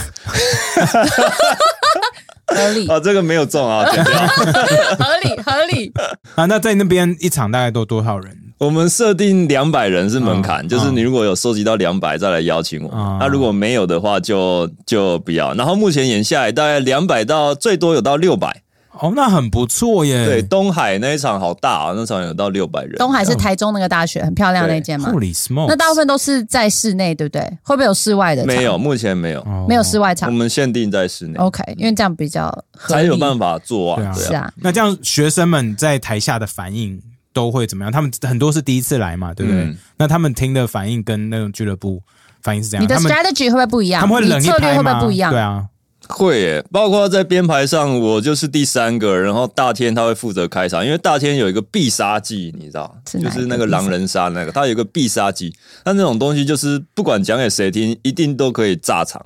[SPEAKER 1] 合 理
[SPEAKER 4] 啊，这个没有中啊！剪掉
[SPEAKER 1] 合理合理，
[SPEAKER 2] 啊，那在那边一场大概都多少人？
[SPEAKER 4] 我们设定两百人是门槛，
[SPEAKER 2] 嗯
[SPEAKER 4] 就是你如果有收集到两百再来邀请我。
[SPEAKER 2] 嗯
[SPEAKER 4] 那如果没有的话就，就不要。然后目前演下来大概两百到最多有到六百。
[SPEAKER 2] 哦，那很不错耶。
[SPEAKER 4] 对，东海那一场好大啊，那场有到六百人。
[SPEAKER 1] 东海是台中那个大学，很漂亮那间嘛。
[SPEAKER 2] ，Holy smoke！
[SPEAKER 1] 那大部分都是在室内，对不对？会不会有室外的？
[SPEAKER 4] 没有，，目前没有，
[SPEAKER 2] 哦
[SPEAKER 1] 没有室外场
[SPEAKER 4] 我。们限定在室内，
[SPEAKER 1] OK，因为这样比较合
[SPEAKER 4] 才
[SPEAKER 1] 理。
[SPEAKER 4] 有办法做
[SPEAKER 2] 对
[SPEAKER 4] 啊
[SPEAKER 2] 啊。
[SPEAKER 4] 对
[SPEAKER 1] 是
[SPEAKER 4] 啊，
[SPEAKER 1] 啊，
[SPEAKER 2] 那这样学生们在台下的反应都会怎么样？他们很多是第一次来嘛，对不对？
[SPEAKER 4] 嗯
[SPEAKER 2] 那他们听的反应跟那种俱乐部反应是怎样？
[SPEAKER 1] 你的
[SPEAKER 2] 他们
[SPEAKER 1] strategy 会不会不一样？
[SPEAKER 2] 他们会冷
[SPEAKER 1] 你
[SPEAKER 2] 一
[SPEAKER 1] 策略
[SPEAKER 2] 拍
[SPEAKER 1] 会不
[SPEAKER 2] 吗？
[SPEAKER 1] 会不一样？
[SPEAKER 2] 对啊，
[SPEAKER 4] 会耶，包括在编排上，我就是第三个，然后大天他会负责开场，因为大天有一个必杀技，你知道，
[SPEAKER 1] 是哪
[SPEAKER 4] 就
[SPEAKER 1] 一个
[SPEAKER 4] 是那个狼人杀那个，他有一个必杀技，那那种东西就是不管讲给谁听，一定都可以炸场，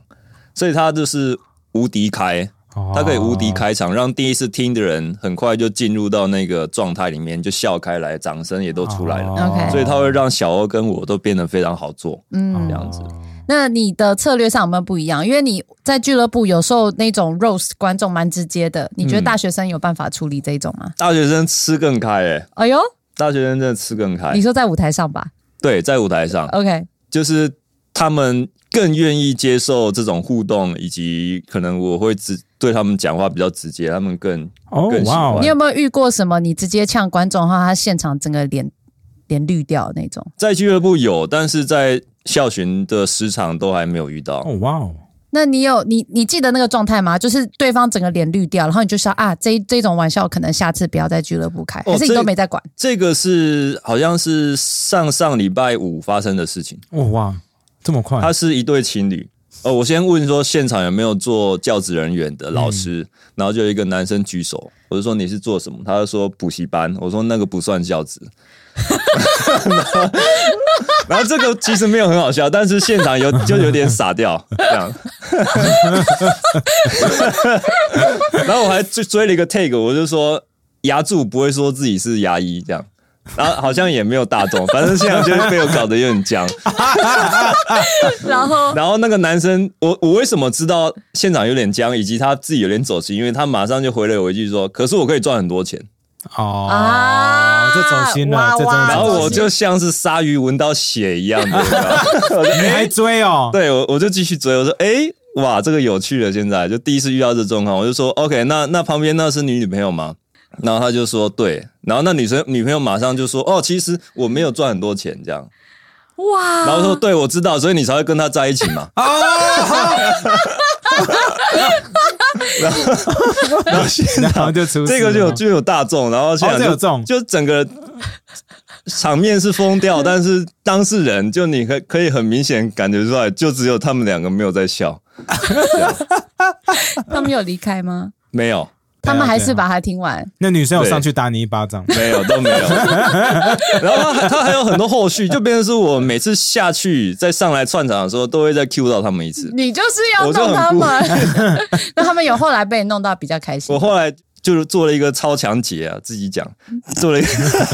[SPEAKER 4] 所以他就是无敌开，
[SPEAKER 2] 哦
[SPEAKER 4] 他可以无敌。开场，让第一次听的人很快就进入到那个状态里面，就笑开来，掌声也都出来了，
[SPEAKER 2] 哦
[SPEAKER 1] OK
[SPEAKER 4] 所以他会让小欧跟我都变得非常好做，
[SPEAKER 1] 嗯
[SPEAKER 4] 这，样子。
[SPEAKER 1] 那你的策略上有没有不一样？因为你在俱乐部有时候那种 roast 观众蛮直接的，你觉得大学生有办法处理这种吗？
[SPEAKER 4] 大学生吃更开诶、
[SPEAKER 1] 哎呦，
[SPEAKER 4] 大学生真的吃更开
[SPEAKER 2] 哎
[SPEAKER 1] 你，说在舞台上吧
[SPEAKER 4] 对，在舞台上。
[SPEAKER 1] ？OK，
[SPEAKER 4] 就是他们更愿意接受这种互动，以及可能我会直对他们讲话比较直接，他们更
[SPEAKER 2] 哦
[SPEAKER 4] 更喜
[SPEAKER 2] 哇
[SPEAKER 4] 欢
[SPEAKER 2] 哦
[SPEAKER 1] 你有没有遇过什么你直接呛观众的话，他现场整个脸脸绿掉那种？
[SPEAKER 4] 在俱乐部有，但是在校巡的时长都还没有遇到。
[SPEAKER 2] 哦哇哦，
[SPEAKER 1] 那你有你你记得那个状态吗？就是对方整个脸绿掉，然后你就说啊，这这种玩笑可能下次不要在俱乐部开，
[SPEAKER 4] 哦
[SPEAKER 1] 还是你
[SPEAKER 4] 这
[SPEAKER 1] 都没 在管？
[SPEAKER 4] 这个是好像是上上礼拜五发生的事情，
[SPEAKER 2] 哦哇，这么快
[SPEAKER 4] 他是一对情侣。哦，我先问说现场有没有做教职人员的老师，然后就有一个男生举手，我就说你是做什么？他就说补习班，我说那个不算教职。 然后然后这个其实没有很好笑，但是现场有就有点傻掉这样。 然后我还追追了一个 tag，我就说牙柱不会说自己是牙医这样，然后好像也没有大众，反正现场就是被我搞得有点僵。
[SPEAKER 1] 然后
[SPEAKER 4] 然后那个男生，我我为什么知道现场有点僵，以及他自己有点走心，因为他马上就回了我一句说：“可是我可以赚很多钱。
[SPEAKER 2] 哦
[SPEAKER 1] 啊
[SPEAKER 2] 这走心了
[SPEAKER 1] 哇，
[SPEAKER 2] 这真的
[SPEAKER 1] 哇”
[SPEAKER 4] 然后
[SPEAKER 2] 走
[SPEAKER 4] 我
[SPEAKER 2] 心
[SPEAKER 4] 就像是鲨鱼闻到血一样的，你知道吗我就
[SPEAKER 2] 你还追哦，
[SPEAKER 4] 对我我就继续追，我说：“哎，哇，这个有趣了！现在就第一次遇到这状况，我就说：‘OK，那那旁边那是你女朋友吗？’然后他就说：‘对。’然后那女生女朋友马上就说：‘哦，其实我没有赚很多钱。’这样，
[SPEAKER 5] 哇，
[SPEAKER 4] 然后说：‘对，我知道，所以你才会跟他在一起嘛。’然后现
[SPEAKER 2] 然后就出事
[SPEAKER 4] 这个就有
[SPEAKER 2] 了
[SPEAKER 4] 就有大众，然后现
[SPEAKER 2] 哦
[SPEAKER 4] 场
[SPEAKER 2] 这
[SPEAKER 4] 就、
[SPEAKER 2] 有众
[SPEAKER 4] 就整个场面是疯掉，但是当事人就你可可以很明显感觉出来，就只有他们两个没有在笑，
[SPEAKER 1] 他们有离开吗？
[SPEAKER 4] 没有，
[SPEAKER 1] 他们还
[SPEAKER 2] 对
[SPEAKER 1] 是
[SPEAKER 2] 啊
[SPEAKER 1] 把它听完。
[SPEAKER 2] 那女生有上去打你一巴掌，
[SPEAKER 4] 没有都 没有。然后他他还有很多后续，就变成是我每次下去再上来串场的时候，都会再 Q 到他们一次。
[SPEAKER 1] 你就是要
[SPEAKER 4] 我就
[SPEAKER 1] 弄
[SPEAKER 4] 很
[SPEAKER 1] 他
[SPEAKER 4] 故
[SPEAKER 1] 们， 那他们有后来被你弄到比较开心
[SPEAKER 4] 我。后来就是做了一个超强解啊，自己讲，做了一个，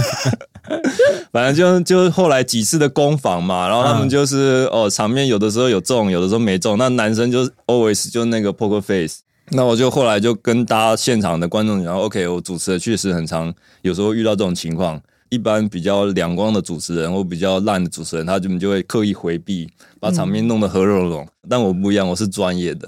[SPEAKER 4] 反正就就后来几次的攻防嘛，然后他们就是、哦，场面有的时候有中，有的时候没中，那男生就是 always 就那个 poker face。那我就后来就跟大家现场的观众讲，OK，我主持的确实很常，有时候遇到这种情况。一般比较两光的主持人或比较烂的主持人，他们就会刻意回避，把场面弄得和融融。但我不一样，我是专业的，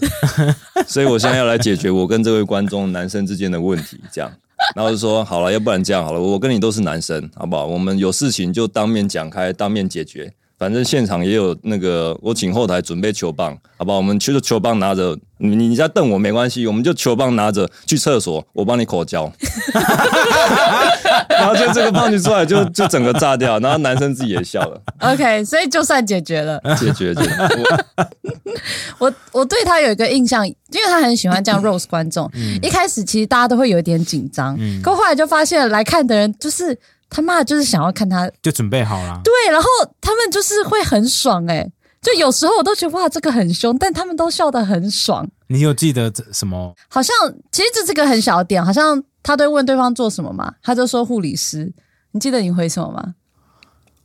[SPEAKER 4] 所以我现在要来解决我跟这位观众男生之间的问题，这样。然后就说好了，要不然这样好了，我跟你都是男生，好不好？我们有事情就当面讲开，当面解决。反正现场也有那个，我请后台准备球棒，好不好？我们去就球棒拿着，你你在瞪我没关系，我们就球棒拿着去厕所，我帮你口交。然后就这个胖子出来就就整个炸掉，然后男生自己也笑了，
[SPEAKER 1] OK，所以就算解决了。
[SPEAKER 4] 解决这个。我
[SPEAKER 1] 我我对他有一个印象，因为他很喜欢这 样 rose 观众。
[SPEAKER 4] 嗯
[SPEAKER 1] 一开始其实大家都会有一点紧张，可后来就发现来看的人就是他妈就是想要看他
[SPEAKER 2] 就准备好了。
[SPEAKER 1] 对，然后他们就是会很爽哎、就有时候我都觉得哇这个很凶，但他们都笑得很爽。
[SPEAKER 2] 你有记得这什么？
[SPEAKER 1] 好像其实这是个很小的点，好像他都会问对方做什么嘛，他就说护理师。你记得你回什么吗？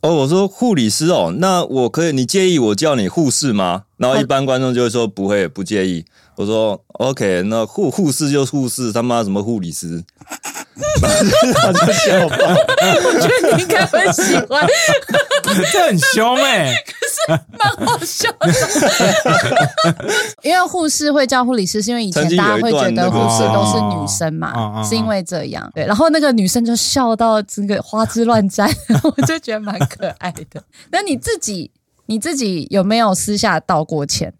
[SPEAKER 4] 哦，我说护理师哦，那我可以，你介意我叫你护士吗？然后一般观众就会说不会，不介意。我说 OK，那护护士就护士，他妈什么护理师？然后就笑爆。
[SPEAKER 1] 我觉得 你应该很喜欢，
[SPEAKER 2] 这很凶哎、
[SPEAKER 1] 蛮好笑的。 因为护士会叫护理师，是因为以前
[SPEAKER 4] 曾经
[SPEAKER 1] 大家
[SPEAKER 4] 有
[SPEAKER 1] 会
[SPEAKER 4] 一
[SPEAKER 1] 觉
[SPEAKER 4] 段
[SPEAKER 1] 得
[SPEAKER 4] 那
[SPEAKER 1] 护
[SPEAKER 4] 个
[SPEAKER 1] 士都是女生
[SPEAKER 2] 哦哦
[SPEAKER 1] 嘛，
[SPEAKER 2] 哦
[SPEAKER 1] 是因为这样。对，然后那个女生就笑到这个花枝乱颤， 我就觉得蛮可爱的。那你自己，你自己有没有私下道过歉，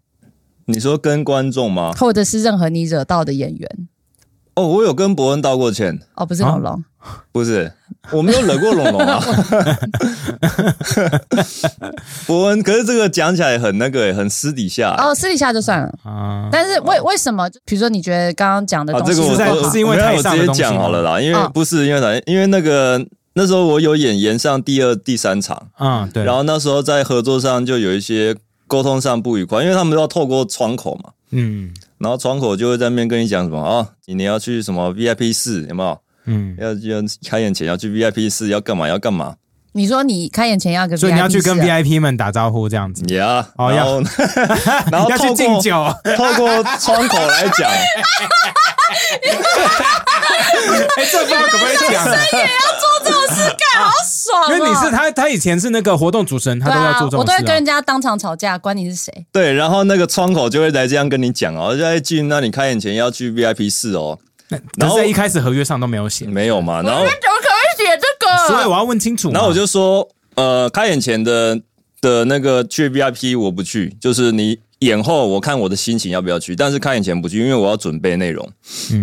[SPEAKER 4] 你说跟观众吗？
[SPEAKER 1] 或者是任何你惹到的演员？
[SPEAKER 4] 哦，我有跟伯恩道过歉，
[SPEAKER 1] 哦，不是
[SPEAKER 2] 啊
[SPEAKER 1] 龙龙，
[SPEAKER 4] 不是，我没有惹过龙龙啊。伯恩，可是这个讲起来很那个，欸很私底下。
[SPEAKER 1] 哦，私底下就算了。
[SPEAKER 2] 啊，
[SPEAKER 1] 但是为为什么？比如说，你觉得刚刚讲的
[SPEAKER 4] 啊，
[SPEAKER 1] 东
[SPEAKER 4] 这
[SPEAKER 1] 西
[SPEAKER 4] 个我
[SPEAKER 2] 是在
[SPEAKER 4] 我
[SPEAKER 2] 是因为
[SPEAKER 4] 没有
[SPEAKER 2] 台
[SPEAKER 4] 我
[SPEAKER 2] 上
[SPEAKER 4] 直
[SPEAKER 2] 的
[SPEAKER 4] 接
[SPEAKER 2] 东西
[SPEAKER 4] 讲
[SPEAKER 2] 吗
[SPEAKER 4] 好了啦，因为
[SPEAKER 1] 嗯
[SPEAKER 4] 不是因为台，因为那个那时候我有演延上第二、第三场，
[SPEAKER 2] 嗯，对，
[SPEAKER 4] 然后那时候在合作上就有一些沟通上不愉快，因为他们都要透过窗口嘛，
[SPEAKER 2] 嗯
[SPEAKER 4] 然后窗口就会在那边跟你讲什么啊，你要去什么 VIP 室有没有？
[SPEAKER 2] 嗯，
[SPEAKER 4] 要要开演前要去 VIP 室要干嘛要干嘛
[SPEAKER 1] 你说你开眼前要跟 VIP，
[SPEAKER 2] 所以你要去跟
[SPEAKER 1] 是啊
[SPEAKER 2] VIP 们打招呼这样子，
[SPEAKER 4] 呀
[SPEAKER 2] 哦
[SPEAKER 4] 然后然后
[SPEAKER 2] 要去
[SPEAKER 4] 透
[SPEAKER 2] 敬
[SPEAKER 4] 过
[SPEAKER 2] 酒，
[SPEAKER 4] 透过窗口来讲，
[SPEAKER 2] 哎，这不知道可不可以讲？啊
[SPEAKER 1] 啊爽、哦，
[SPEAKER 2] 因为你是他，他以前是那个活动主持人，他
[SPEAKER 1] 对
[SPEAKER 2] 都要
[SPEAKER 1] 啊
[SPEAKER 2] 做这，
[SPEAKER 1] 我
[SPEAKER 2] 种
[SPEAKER 1] 都会跟人
[SPEAKER 2] 事、
[SPEAKER 1] 家当场吵架，管你是谁。
[SPEAKER 4] 对，然后那个窗口就会来这样跟你讲哦，就在进，那你开演前要去 VIP 室哦，
[SPEAKER 2] 啊。但是在一开始合约上都没有写，
[SPEAKER 4] 没有嘛，
[SPEAKER 1] 啊
[SPEAKER 4] 然后。
[SPEAKER 1] 怎么可以写这
[SPEAKER 2] 所以我要问清楚嘛。
[SPEAKER 4] 然后我就说，呃，开演前的的那个去 VIP 我不去，就是你演后我看我的心情要不要去，但是看演前不去，因为我要准备内容。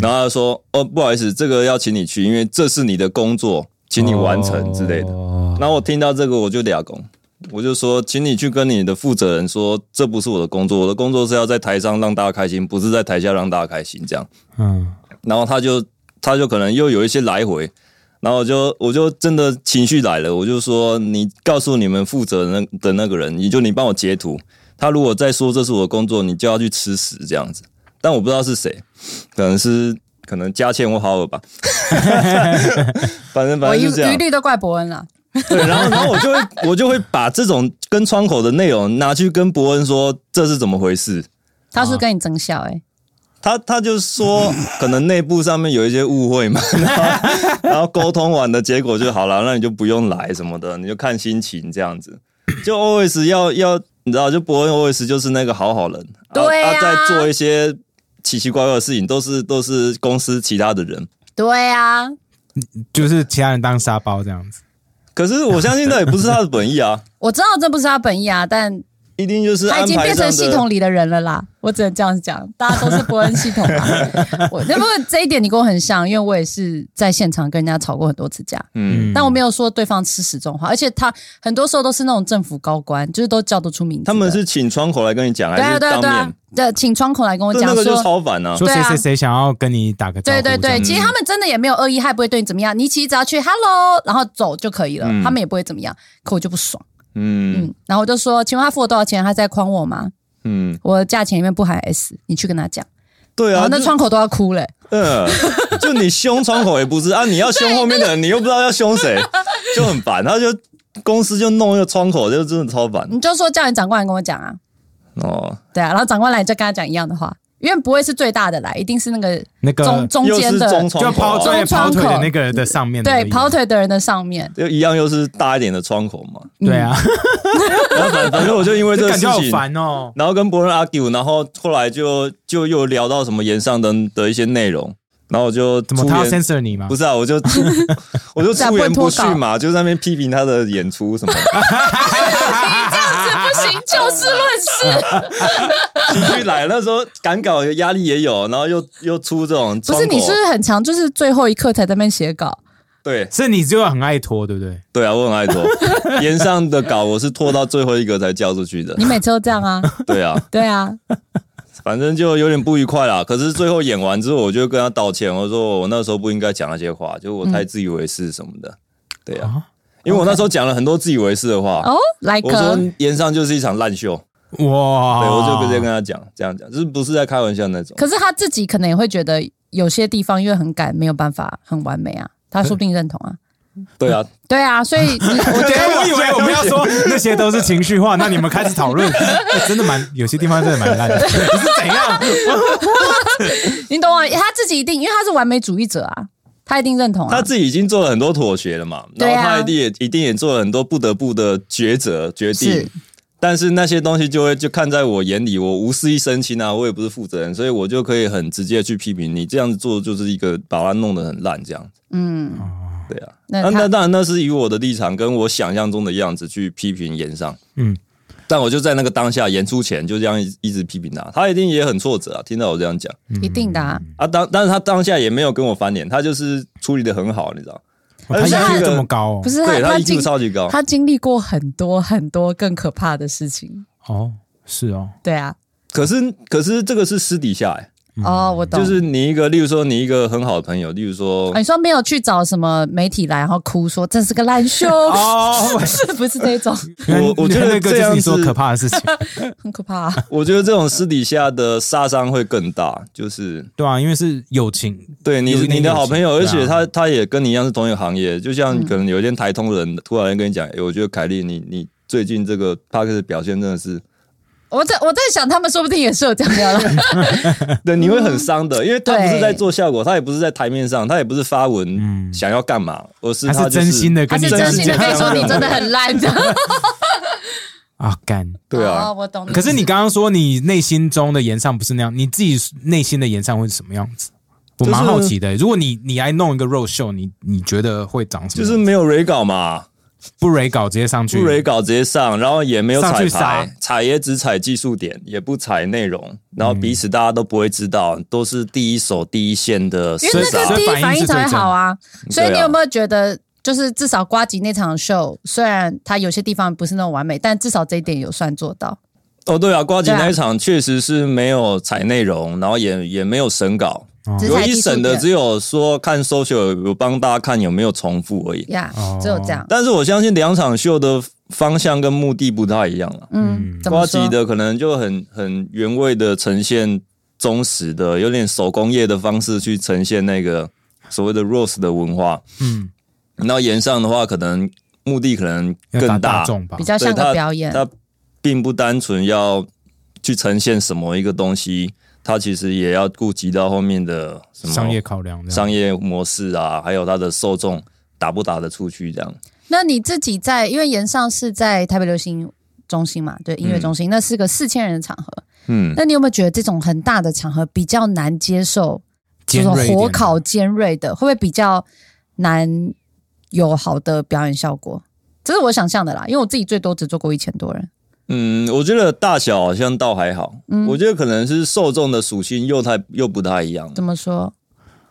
[SPEAKER 4] 然后他说：“哦，不好意思，这个要请你去，因为这是你的工作，请你完成之类的。
[SPEAKER 2] 哦
[SPEAKER 4] 然后我听到这个我就俩工，我就说：“请你去跟你的负责人说，这不是我的工作，我的工作是要在台上让大家开心，不是在台下让大家开心。”这样。
[SPEAKER 2] 嗯，
[SPEAKER 4] 然后他就他就可能又有一些来回，然后我就我就真的情绪来了，我就说你告诉你们负责的那的那个人，你就你帮我截图，他如果再说这是我的工作，你就要去吃屎这样子。但我不知道是谁，可能是可能佳倩或豪尔吧， 反正反
[SPEAKER 1] 我
[SPEAKER 4] 正
[SPEAKER 1] 一
[SPEAKER 4] 就这样
[SPEAKER 1] 一。律都怪伯恩了。
[SPEAKER 4] 对，然后然后我就会我就会把这种跟窗口的内容拿去跟伯恩说这是怎么回事，
[SPEAKER 1] 他是不是跟你争笑哎、
[SPEAKER 4] 他他就说，可能内部上面有一些误会嘛， 然后然后沟通完的结果就好了，那你就不用来什么的，你就看心情这样子。就 always 要要，你知道，就伯恩 always 就是那个好好人，
[SPEAKER 3] 对啊
[SPEAKER 4] 他在做一些奇奇怪怪的事情，都是都是公司其他的人。
[SPEAKER 3] 对啊，
[SPEAKER 2] 就是其他人当沙包这样子。
[SPEAKER 4] 可是我相信那也不是他的本意啊，
[SPEAKER 1] 我知道这不是他本意啊，但
[SPEAKER 4] 一定就是
[SPEAKER 1] 他已
[SPEAKER 4] 安
[SPEAKER 1] 经
[SPEAKER 4] 排
[SPEAKER 1] 变成
[SPEAKER 4] 上
[SPEAKER 1] 系
[SPEAKER 4] 的。
[SPEAKER 1] 统里的人了啦。我只能这样讲，大家都是伯恩系统 啦。我那不过这一点你跟我很像，因为我也是在现场跟人家吵过很多次架，
[SPEAKER 4] 嗯，
[SPEAKER 1] 但我没有说对方吃始终话，而且他很多时候都是那种政府高官，就是都叫得出名字的。
[SPEAKER 4] 他们是请窗口来跟你讲，还
[SPEAKER 1] 对啊
[SPEAKER 4] 是
[SPEAKER 1] 对啊
[SPEAKER 4] 当
[SPEAKER 1] 对啊
[SPEAKER 4] 面？，
[SPEAKER 1] 对，请窗口来跟我
[SPEAKER 4] 对
[SPEAKER 1] 讲
[SPEAKER 4] 那个就
[SPEAKER 1] 说。
[SPEAKER 4] 超烦啊！
[SPEAKER 2] 说谁
[SPEAKER 1] 对啊
[SPEAKER 2] 谁谁想要跟你打个招
[SPEAKER 1] 对
[SPEAKER 2] 呼这
[SPEAKER 1] 对
[SPEAKER 2] 样子？
[SPEAKER 1] 对，其实他们真的也没有恶意，他也不会对你怎么样。你其实只要去 “hello”，然后走就可以了，
[SPEAKER 4] 嗯
[SPEAKER 1] 他们也不会怎么样。可我就不爽，
[SPEAKER 4] 嗯
[SPEAKER 1] 嗯，然后我就说：“请问他付我多少钱？他在诓我吗？
[SPEAKER 4] 嗯，
[SPEAKER 1] 我的价钱里面不含 S，你去跟他讲。”
[SPEAKER 4] 对
[SPEAKER 1] 然
[SPEAKER 4] 啊
[SPEAKER 1] 后，哦那
[SPEAKER 4] 就
[SPEAKER 1] 窗口都要哭了、
[SPEAKER 4] 嗯，就你凶窗口也不是啊，你要凶后面的人，你又不知道要凶谁，
[SPEAKER 1] 啊
[SPEAKER 4] 就很烦。他就公司就弄一个窗口，就真的超烦
[SPEAKER 1] 你就说叫你长官来跟我讲啊，
[SPEAKER 4] 哦。
[SPEAKER 1] 对啊，然后长官来你就跟他讲一样的话，因为不会是最大的来，一定是那个
[SPEAKER 2] 那
[SPEAKER 1] 中
[SPEAKER 2] 个
[SPEAKER 1] 中
[SPEAKER 4] 又
[SPEAKER 1] 间
[SPEAKER 4] 是
[SPEAKER 1] 的，
[SPEAKER 4] 中
[SPEAKER 2] 就
[SPEAKER 4] 窗口
[SPEAKER 2] 跑对
[SPEAKER 4] 啊、
[SPEAKER 1] 中窗口
[SPEAKER 2] 跑腿的那个人的上面而
[SPEAKER 1] 对
[SPEAKER 2] 已啊
[SPEAKER 1] 跑腿的人的上面。嗯
[SPEAKER 4] 就一样又是大一点的窗口嘛。
[SPEAKER 2] 对啊，
[SPEAKER 4] 然后反反正我就因为这个
[SPEAKER 2] 感
[SPEAKER 4] 事
[SPEAKER 2] 觉好
[SPEAKER 4] 情，
[SPEAKER 2] 烦哦。
[SPEAKER 4] 然后跟伯伦 argue，然后后来就就又聊到什么岩上的的一些内容，然后我就
[SPEAKER 2] 怎么
[SPEAKER 4] 出
[SPEAKER 2] 他要
[SPEAKER 4] 言
[SPEAKER 2] censor 你吗
[SPEAKER 4] 不？是啊，我就出 我就出言不逊
[SPEAKER 1] 这样不能
[SPEAKER 4] 嘛，就在那边批评他的演出什么的。
[SPEAKER 1] 不行，就事论事，
[SPEAKER 4] 情绪来，那时候赶稿压力也有，然后又又出这种
[SPEAKER 1] 不
[SPEAKER 4] 窗口，
[SPEAKER 1] 是你是不是很强？就是最后一刻才在那边写稿，
[SPEAKER 4] 对
[SPEAKER 2] 是你就很爱拖，对不对？
[SPEAKER 4] 对啊，我很爱拖， 延上的稿我是拖到最后一个才交出去的
[SPEAKER 1] 你，每次都这样啊？
[SPEAKER 4] 对啊，
[SPEAKER 1] 对啊，
[SPEAKER 4] 反正就有点不愉快啦。可是最后演完之后，我就跟他道歉，我说我那时候不应该讲那些话，就我太自以为是什么的，对啊，
[SPEAKER 2] 啊，
[SPEAKER 4] 因为我那时候讲了很多自以为是的话。
[SPEAKER 1] 哦，来
[SPEAKER 4] 我
[SPEAKER 1] 哥
[SPEAKER 4] 说，延上就是一场烂秀，对，
[SPEAKER 2] 哇！
[SPEAKER 4] 我就直接跟他讲这样讲，就是不是在开玩笑那种。
[SPEAKER 1] 可是他自己可能也会觉得有些地方因为很赶，没有办法很完美啊，他说不定认同啊。
[SPEAKER 4] 对啊，
[SPEAKER 1] 对啊，所以 你我觉
[SPEAKER 2] 对，
[SPEAKER 1] 得
[SPEAKER 2] 我以为我们要说那些都是情绪化，那你们开始讨 论，欸真的蛮有些地方真的蛮烂的，是怎样？
[SPEAKER 1] 你懂我，他自己一定，因为他是完美主义者啊，他一定认同啊
[SPEAKER 4] 他。自己已经做了很多妥协了嘛，
[SPEAKER 1] 对啊
[SPEAKER 4] 然后他一定也一定也做了很多不得不的抉择决定
[SPEAKER 1] 是，
[SPEAKER 4] 但是那些东西就会就看在我眼里，我无事一身轻啊，我也不是负责人，所以我就可以很直接去批评你这样子做就是一个把它弄得很烂这样子，
[SPEAKER 1] 嗯，
[SPEAKER 4] 对啊，
[SPEAKER 1] 那
[SPEAKER 4] 那
[SPEAKER 1] 他
[SPEAKER 4] 那当然那是以我的立场跟我想象中的样子去批评演上，
[SPEAKER 2] 嗯，
[SPEAKER 4] 但我就在那个当下演出前就这样一一直批评他，他一定也很挫折啊，听到我这样讲
[SPEAKER 1] 一定的啊。
[SPEAKER 4] 啊，当但是他当下也没有跟我翻脸，他就是处理的很好，你知道，
[SPEAKER 2] 哇他
[SPEAKER 4] 而且
[SPEAKER 2] 压
[SPEAKER 4] 呃那
[SPEAKER 2] 力
[SPEAKER 4] 个
[SPEAKER 2] 这么高哦
[SPEAKER 1] 不，是啊他，
[SPEAKER 4] 对他
[SPEAKER 1] 经
[SPEAKER 4] EQ 超级高，
[SPEAKER 1] 他经历过很多很多更可怕的事情。
[SPEAKER 2] 哦，是哦，
[SPEAKER 1] 对啊，
[SPEAKER 4] 可是可是这个是私底下、欸，
[SPEAKER 1] 哦，我懂。
[SPEAKER 4] 就是你一个，例如说你一个很好的朋友，例如说
[SPEAKER 2] 哎
[SPEAKER 1] 啊、，你说没有去找什么媒体来，然后哭说这是个烂秀，
[SPEAKER 2] 哦，
[SPEAKER 1] 是不是这种？
[SPEAKER 4] 我我觉得
[SPEAKER 2] 那个就
[SPEAKER 4] 这
[SPEAKER 2] 是
[SPEAKER 4] 样
[SPEAKER 2] 你说
[SPEAKER 4] 是
[SPEAKER 2] 可怕的事情，
[SPEAKER 1] 很可怕、啊。
[SPEAKER 4] 我觉得这种私底下的杀伤会更大，就是
[SPEAKER 2] 对啊，因为是友情，
[SPEAKER 4] 对你
[SPEAKER 2] 有一点
[SPEAKER 4] 你的好朋友，
[SPEAKER 2] 友
[SPEAKER 4] 而
[SPEAKER 2] 情
[SPEAKER 4] 且
[SPEAKER 2] 对啊嗯
[SPEAKER 4] 他他也跟你一样是同一个行业，就像可能有一天台通人突然跟你讲，哎、我觉得凯莉你你最近这个 p a r k 的表现真 的是，
[SPEAKER 1] 我在我在想，他们说不定也是有这样的啊人。
[SPEAKER 4] 对，你会很伤的，因为他
[SPEAKER 1] 对
[SPEAKER 4] 不是在做效果，他也不是在台面上，他也不是发文
[SPEAKER 2] 嗯
[SPEAKER 4] 想要干嘛，而是
[SPEAKER 2] 他
[SPEAKER 4] 他
[SPEAKER 2] 是
[SPEAKER 4] 就
[SPEAKER 2] 真心
[SPEAKER 4] 的，
[SPEAKER 1] 他
[SPEAKER 2] 的跟
[SPEAKER 1] 啊是
[SPEAKER 2] 你这
[SPEAKER 1] 真心
[SPEAKER 2] 样
[SPEAKER 1] 的
[SPEAKER 2] 讲
[SPEAKER 1] 跟你说你真的很烂这样
[SPEAKER 2] 啊干。
[SPEAKER 4] 对啊
[SPEAKER 1] 哦，我懂你。
[SPEAKER 2] 可是你刚刚说你内心中的延上不是那样，你自己内心的延上会是什么样子？我蛮好奇的、如果你你来弄一个 road show，你你觉得会长什么
[SPEAKER 4] 就
[SPEAKER 2] 样子？
[SPEAKER 4] 是没有 re 稿嘛，
[SPEAKER 2] 不蕊稿直接上去，
[SPEAKER 4] 不蕊稿直接上，然后也没有
[SPEAKER 2] 嗯上
[SPEAKER 4] 彩
[SPEAKER 2] 去
[SPEAKER 4] 排
[SPEAKER 2] 撒，
[SPEAKER 4] 彩也只采技术点，也不采内容，然后彼此大家都不会知道，都是第一手第一线的
[SPEAKER 1] 因
[SPEAKER 4] 厮
[SPEAKER 1] 为
[SPEAKER 2] 至
[SPEAKER 1] 那
[SPEAKER 4] 杀
[SPEAKER 2] 少
[SPEAKER 1] 个第一反应才会好啊。所
[SPEAKER 4] 所以反应是最真
[SPEAKER 1] 以你
[SPEAKER 4] 对啊
[SPEAKER 1] 有没有觉得，就是至少瓜吉那场秀，虽然他有些地方不是那么完美，但至少这一点有算做到。
[SPEAKER 4] 哦，对啊，瓜姐
[SPEAKER 1] 对啊
[SPEAKER 4] 那一场确实是没有采内容，然后也也没有审稿，
[SPEAKER 2] 哦
[SPEAKER 1] 只
[SPEAKER 4] 唯
[SPEAKER 1] 采技
[SPEAKER 4] 一
[SPEAKER 1] 术
[SPEAKER 4] 审的
[SPEAKER 1] 点
[SPEAKER 4] 只有说看 social 有帮大家看有没有重复而已。
[SPEAKER 1] 呀
[SPEAKER 2] 哦，
[SPEAKER 1] 只有这样。
[SPEAKER 4] 但是我相信两场秀的方向跟目的不太一样啊了。
[SPEAKER 1] 嗯，怎
[SPEAKER 4] 瓜
[SPEAKER 1] 么
[SPEAKER 4] 吉
[SPEAKER 1] 说？
[SPEAKER 4] 的可能就很很原味的呈现忠实的，有点手工业的方式去呈现那个所谓的 rose 的文化。
[SPEAKER 2] 嗯，
[SPEAKER 4] 那沿上的话，可能目的可能
[SPEAKER 2] 要打
[SPEAKER 4] 更
[SPEAKER 2] 大
[SPEAKER 4] 大，
[SPEAKER 2] 众吧
[SPEAKER 1] 比，较像
[SPEAKER 4] 对
[SPEAKER 1] 个
[SPEAKER 4] 他
[SPEAKER 1] 表演，
[SPEAKER 4] 它并不单纯要去呈现什么一个东西，它其实也要顾及到后面的什么
[SPEAKER 2] 商业考量这样，
[SPEAKER 4] 商业模式啊，还有它的受众打不打得出去这样。
[SPEAKER 1] 那你自己在，因为岩上是在台北流行中心嘛，对，音乐中心，那是个四千人的场合。
[SPEAKER 4] 嗯，
[SPEAKER 1] 那你有没有觉得这种很大的场合比较难接受？这
[SPEAKER 2] 尖
[SPEAKER 1] 种
[SPEAKER 2] 锐一点
[SPEAKER 1] 火烤尖锐的，会不会比较难有好的表演效果？这是我想象的啦，因为我自己最多只做过一千多人。
[SPEAKER 4] 嗯，我觉得大小好像倒还好，
[SPEAKER 2] 嗯
[SPEAKER 4] 我觉得可能是受众的属性又太又不太一样。
[SPEAKER 1] 怎么说？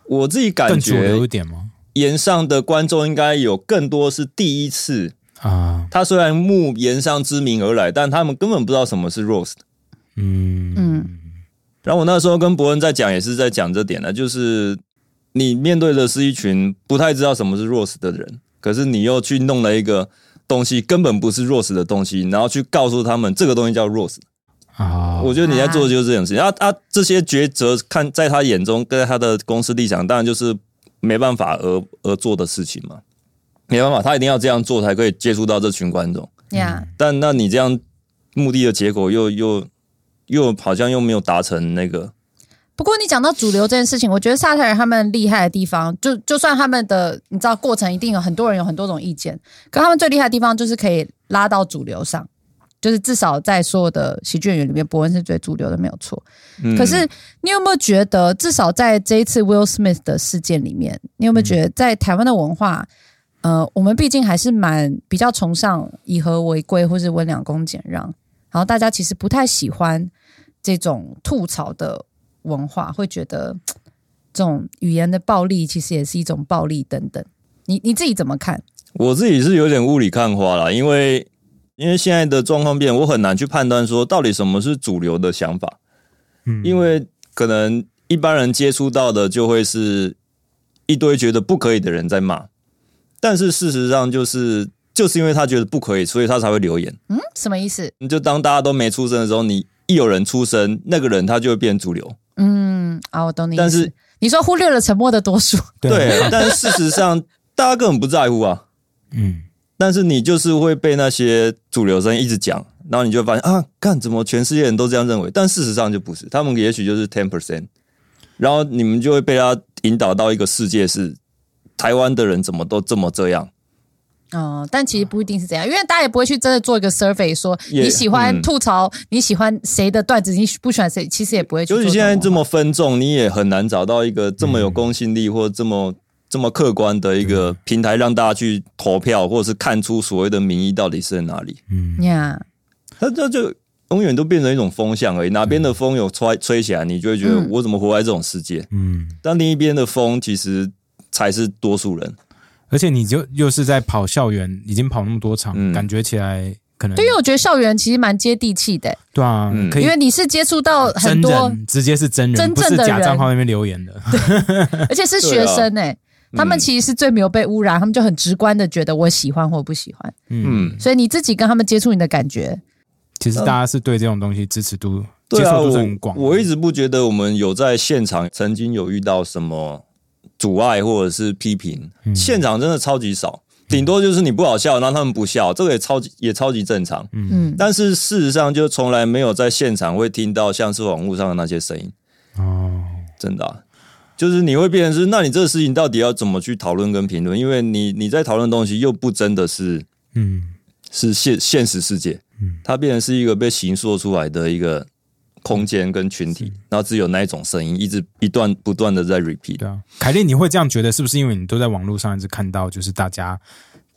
[SPEAKER 4] 我自己感
[SPEAKER 2] 更主流
[SPEAKER 4] 觉
[SPEAKER 2] 一，点吗？
[SPEAKER 4] 沿上的观众应该有更多是第一次，
[SPEAKER 2] 啊，
[SPEAKER 4] 他虽然慕沿上之名而来，但他们根本不知道什么是 rose。
[SPEAKER 2] 嗯
[SPEAKER 1] 嗯
[SPEAKER 4] 然后我那时候跟伯恩在讲，也是在讲这点呢，啊就是你面对的是一群不太知道什么是 Rose 的人，可是你又去弄了一个东西根本不是 Rose 的东西，然后去告诉他们这个东西叫 Rose。
[SPEAKER 2] 啊，
[SPEAKER 4] 我觉得你在做的就是这种事情。啊啊，这些抉择看在他眼中，跟他的公司立场，当然就是没办法而而做的事情嘛，没办法，他一定要这样做才可以接触到这群观众。
[SPEAKER 2] 嗯
[SPEAKER 1] 呀、
[SPEAKER 4] 但那你这样目的的结果又又又好像又没有达成那个。
[SPEAKER 1] 不过你讲到主流这件事情，我觉得萨特尔他们厉害的地方，就就算他们的你知道过程一定有很多人有很多种意见，可他们最厉害的地方就是可以拉到主流上，就是至少在所有的喜剧演员里面，伯恩是最主流的，没有错。
[SPEAKER 4] 嗯
[SPEAKER 1] 可是你有没有觉得，至少在这一次 Will Smith 的事件里面，你有没有觉
[SPEAKER 4] 嗯
[SPEAKER 1] 得在台湾的文化，呃，我们毕竟还是蛮比较崇尚以和为贵，或是温良恭俭让，然后大家其实不太喜欢这种吐槽的文化，会觉得嘖这种语言的暴力其实也是一种暴力等等。你你自己怎么看？
[SPEAKER 4] 我自己是有点雾里看花啦，因为因为现在的状况变，我很难去判断说到底什么是主流的想法，
[SPEAKER 2] 嗯
[SPEAKER 4] 因为可能一般人接触到的就会是一堆觉得不可以的人在骂，但是事实上就是就是因为他觉得不可以，所以他才会留言。
[SPEAKER 1] 嗯，什么意思？
[SPEAKER 4] 就当大家都没出声的时候，你一有人出声，那个人他就会变主流。
[SPEAKER 1] 嗯啊，我懂你意思。
[SPEAKER 4] 但是
[SPEAKER 1] 你说忽略了沉默的多数，
[SPEAKER 2] 对，啊
[SPEAKER 4] 对，但事实上大家根本不在乎啊。
[SPEAKER 2] 嗯，
[SPEAKER 4] 但是你就是会被那些主流声一直讲，然后你就发现啊，干怎么全世界人都这样认为？但事实上就不是，他们也许就是 ten percent，然后你们就会被他引导到一个世界是台湾的人怎么都这么这样，
[SPEAKER 1] 哦，但其实不一定是这样，因为大家也不会去真的做一个 survey 说
[SPEAKER 4] 嗯也
[SPEAKER 1] 你喜欢
[SPEAKER 4] 嗯
[SPEAKER 1] 吐槽，你喜欢谁的段子，你不喜欢谁，其实也不会去
[SPEAKER 4] 尤
[SPEAKER 1] 做
[SPEAKER 4] 其
[SPEAKER 1] 种。
[SPEAKER 4] 现在这么分众，你也很难找到一个这么有公信力或这么
[SPEAKER 1] 嗯
[SPEAKER 4] 这么客观的一个平台让大家去投票，或者是看出所谓的民意到底是在哪里。
[SPEAKER 2] 嗯
[SPEAKER 1] 呀
[SPEAKER 4] 嗯它这就永远都变成一种风向而已，哪边的风有吹吹起来，你就会觉得
[SPEAKER 1] 嗯
[SPEAKER 4] 我怎么活在这种世界？
[SPEAKER 2] 嗯，
[SPEAKER 4] 但另一边的风其实才是多数人。
[SPEAKER 2] 而且你就又是在跑校园，已经跑那么多场，
[SPEAKER 4] 嗯
[SPEAKER 2] 感觉起来可能
[SPEAKER 1] 对，因为我觉得校园其实蛮接地气的，
[SPEAKER 2] 对啊，
[SPEAKER 4] 嗯
[SPEAKER 2] 可以
[SPEAKER 1] 因为你是接触
[SPEAKER 4] 啊
[SPEAKER 1] 到很
[SPEAKER 2] 真
[SPEAKER 1] 多，
[SPEAKER 2] 人直接是真人，
[SPEAKER 1] 真
[SPEAKER 2] 不
[SPEAKER 1] 正
[SPEAKER 2] 是
[SPEAKER 1] 的
[SPEAKER 2] 假
[SPEAKER 1] 人
[SPEAKER 2] 账号那边留言的，
[SPEAKER 1] 而且是
[SPEAKER 4] 啊
[SPEAKER 1] 学生哎、
[SPEAKER 4] 嗯
[SPEAKER 1] 他们其实是最没有被污染，他们就很直观的觉得我喜欢或不喜欢，
[SPEAKER 2] 嗯，
[SPEAKER 4] 嗯，
[SPEAKER 1] 所以你自己跟他们接触，你的感觉
[SPEAKER 2] 其实大家是对这种东西支持度、接
[SPEAKER 4] 对啊，
[SPEAKER 2] 受度
[SPEAKER 4] 我
[SPEAKER 2] 是很广的，
[SPEAKER 4] 我一直不觉得我们有在现场曾经有遇到什么阻碍或者是批评，
[SPEAKER 2] 嗯
[SPEAKER 4] 现场真的超级少，顶多就是你不好笑，然后他们不笑，这个也超级也超级正常。
[SPEAKER 1] 嗯
[SPEAKER 4] 但是事实上，就从来没有在现场会听到像是网络上的那些声音。
[SPEAKER 2] 哦，
[SPEAKER 4] 真的啊、就是你会变成是，那你这个事情到底要怎么去讨论跟评论？因为你你在讨论的东西又不真的是
[SPEAKER 2] 嗯
[SPEAKER 4] 是现现实世界，它变成是一个被形塑出来的一个空间跟群体，然后只有那一种声音一直一段不断的在 repeat。
[SPEAKER 2] 对啊，凯莉，你会这样觉得，是不是因为你都在网络上一直看到，就是大家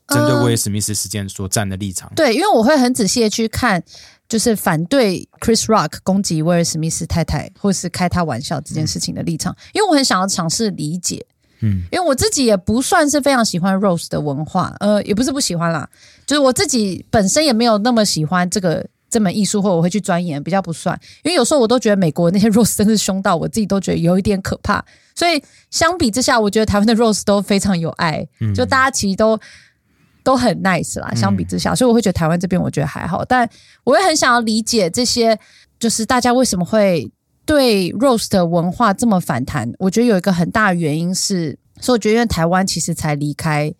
[SPEAKER 2] 针对威尔史密斯事件所站的立场。
[SPEAKER 1] 对，因为我会很仔细的去看，就是反对 Chris Rock 攻击威尔史密斯太太或是开他玩笑这件事情的立场，因为我很想要尝试理解。
[SPEAKER 2] 嗯
[SPEAKER 1] 嗯，因为我自己也不算是非常喜欢 Rose 的文化，呃，也不是不喜欢啦，就是我自己本身也没有那么喜欢这个这门艺术，或者我会去钻研，比较不算。因为有时候我都觉得美国那些 Rose 真是凶到我自己都觉得有一点可怕，所以相比之下，我觉得台湾的 Rose 都非常有爱，就大家其实都都很 nice 啦。相比之下，所以我会觉得台湾这边我觉得还好，但我也很想要理解这些，就是大家为什么会对 Rose 的文化这么反弹。我觉得有一个很大的原因是，所以我觉得因为台湾其实才离开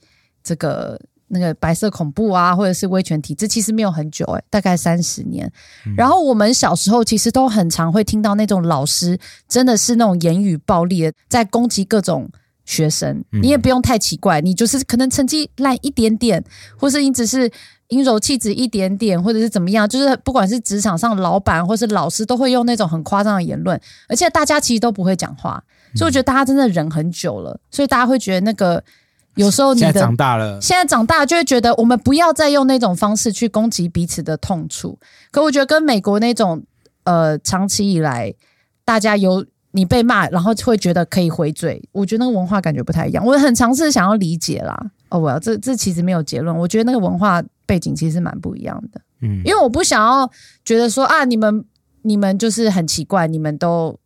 [SPEAKER 1] 这个。那个白色恐怖啊，或者是威权体制，其实没有很久、欸，诶，大概三十年。然后我们小时候其实都很常会听到那种老师真的是那种言语暴力的，在攻击各种学生。你也不用太奇怪，你就是可能成绩烂一点点，或是你只是阴柔气质一点点，或者是怎么样，就是不管是职场上老板或是老师，都会用那种很夸张的言论，而且大家其实都不会讲话，所以我觉得大家真的忍很久了，所以大家会觉得那个有时哦候你
[SPEAKER 2] 现在
[SPEAKER 1] 的
[SPEAKER 2] 长大了，
[SPEAKER 1] 现在长大就会觉得，我们不要再用那种方式去攻击彼此的痛处。可我觉得跟美国那种呃，长期以来大家有你被骂，然后会觉得可以回嘴，我觉得那个文化感觉不太一样。我很尝试想要理解啦。哦，我要这这其实没有结论，我觉得那个文化背景其实蛮不一样的，
[SPEAKER 2] 嗯
[SPEAKER 1] 因为我不想要觉得说啊，你们你们就是很奇怪，你们都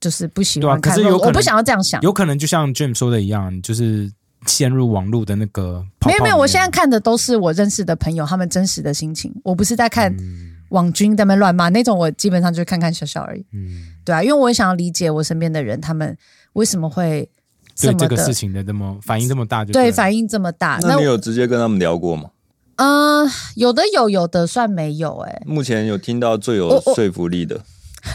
[SPEAKER 1] 就是不喜
[SPEAKER 2] 对啊
[SPEAKER 1] 欢
[SPEAKER 2] 可
[SPEAKER 1] 看
[SPEAKER 2] 是
[SPEAKER 1] 肉，
[SPEAKER 2] 有可能
[SPEAKER 1] 我不想要这样想。
[SPEAKER 2] 有可能就像 Jim 说的一样，你就是陷入网络的那个泡泡
[SPEAKER 1] 没有没
[SPEAKER 2] 里
[SPEAKER 1] 有，
[SPEAKER 2] 面
[SPEAKER 1] 我现在看的都是我认识的朋友他们真实的心情，我不是在看
[SPEAKER 2] 嗯
[SPEAKER 1] 网军在那边乱骂那种，我基本上就是看看笑笑而已。
[SPEAKER 2] 嗯
[SPEAKER 1] 对啊，因为我也想要理解我身边的人，他们为什么会这
[SPEAKER 2] 对
[SPEAKER 1] 么
[SPEAKER 2] 这个
[SPEAKER 1] 的
[SPEAKER 2] 事情的这么反应这么大就
[SPEAKER 1] 对
[SPEAKER 2] 了
[SPEAKER 1] 反应这么大。
[SPEAKER 4] 那
[SPEAKER 1] 啊那
[SPEAKER 4] 你有直接跟他们聊过吗？
[SPEAKER 1] 嗯、呃，有的有，有的算没有、欸，
[SPEAKER 4] 目前有听到最有
[SPEAKER 1] 我我
[SPEAKER 4] 说服力的，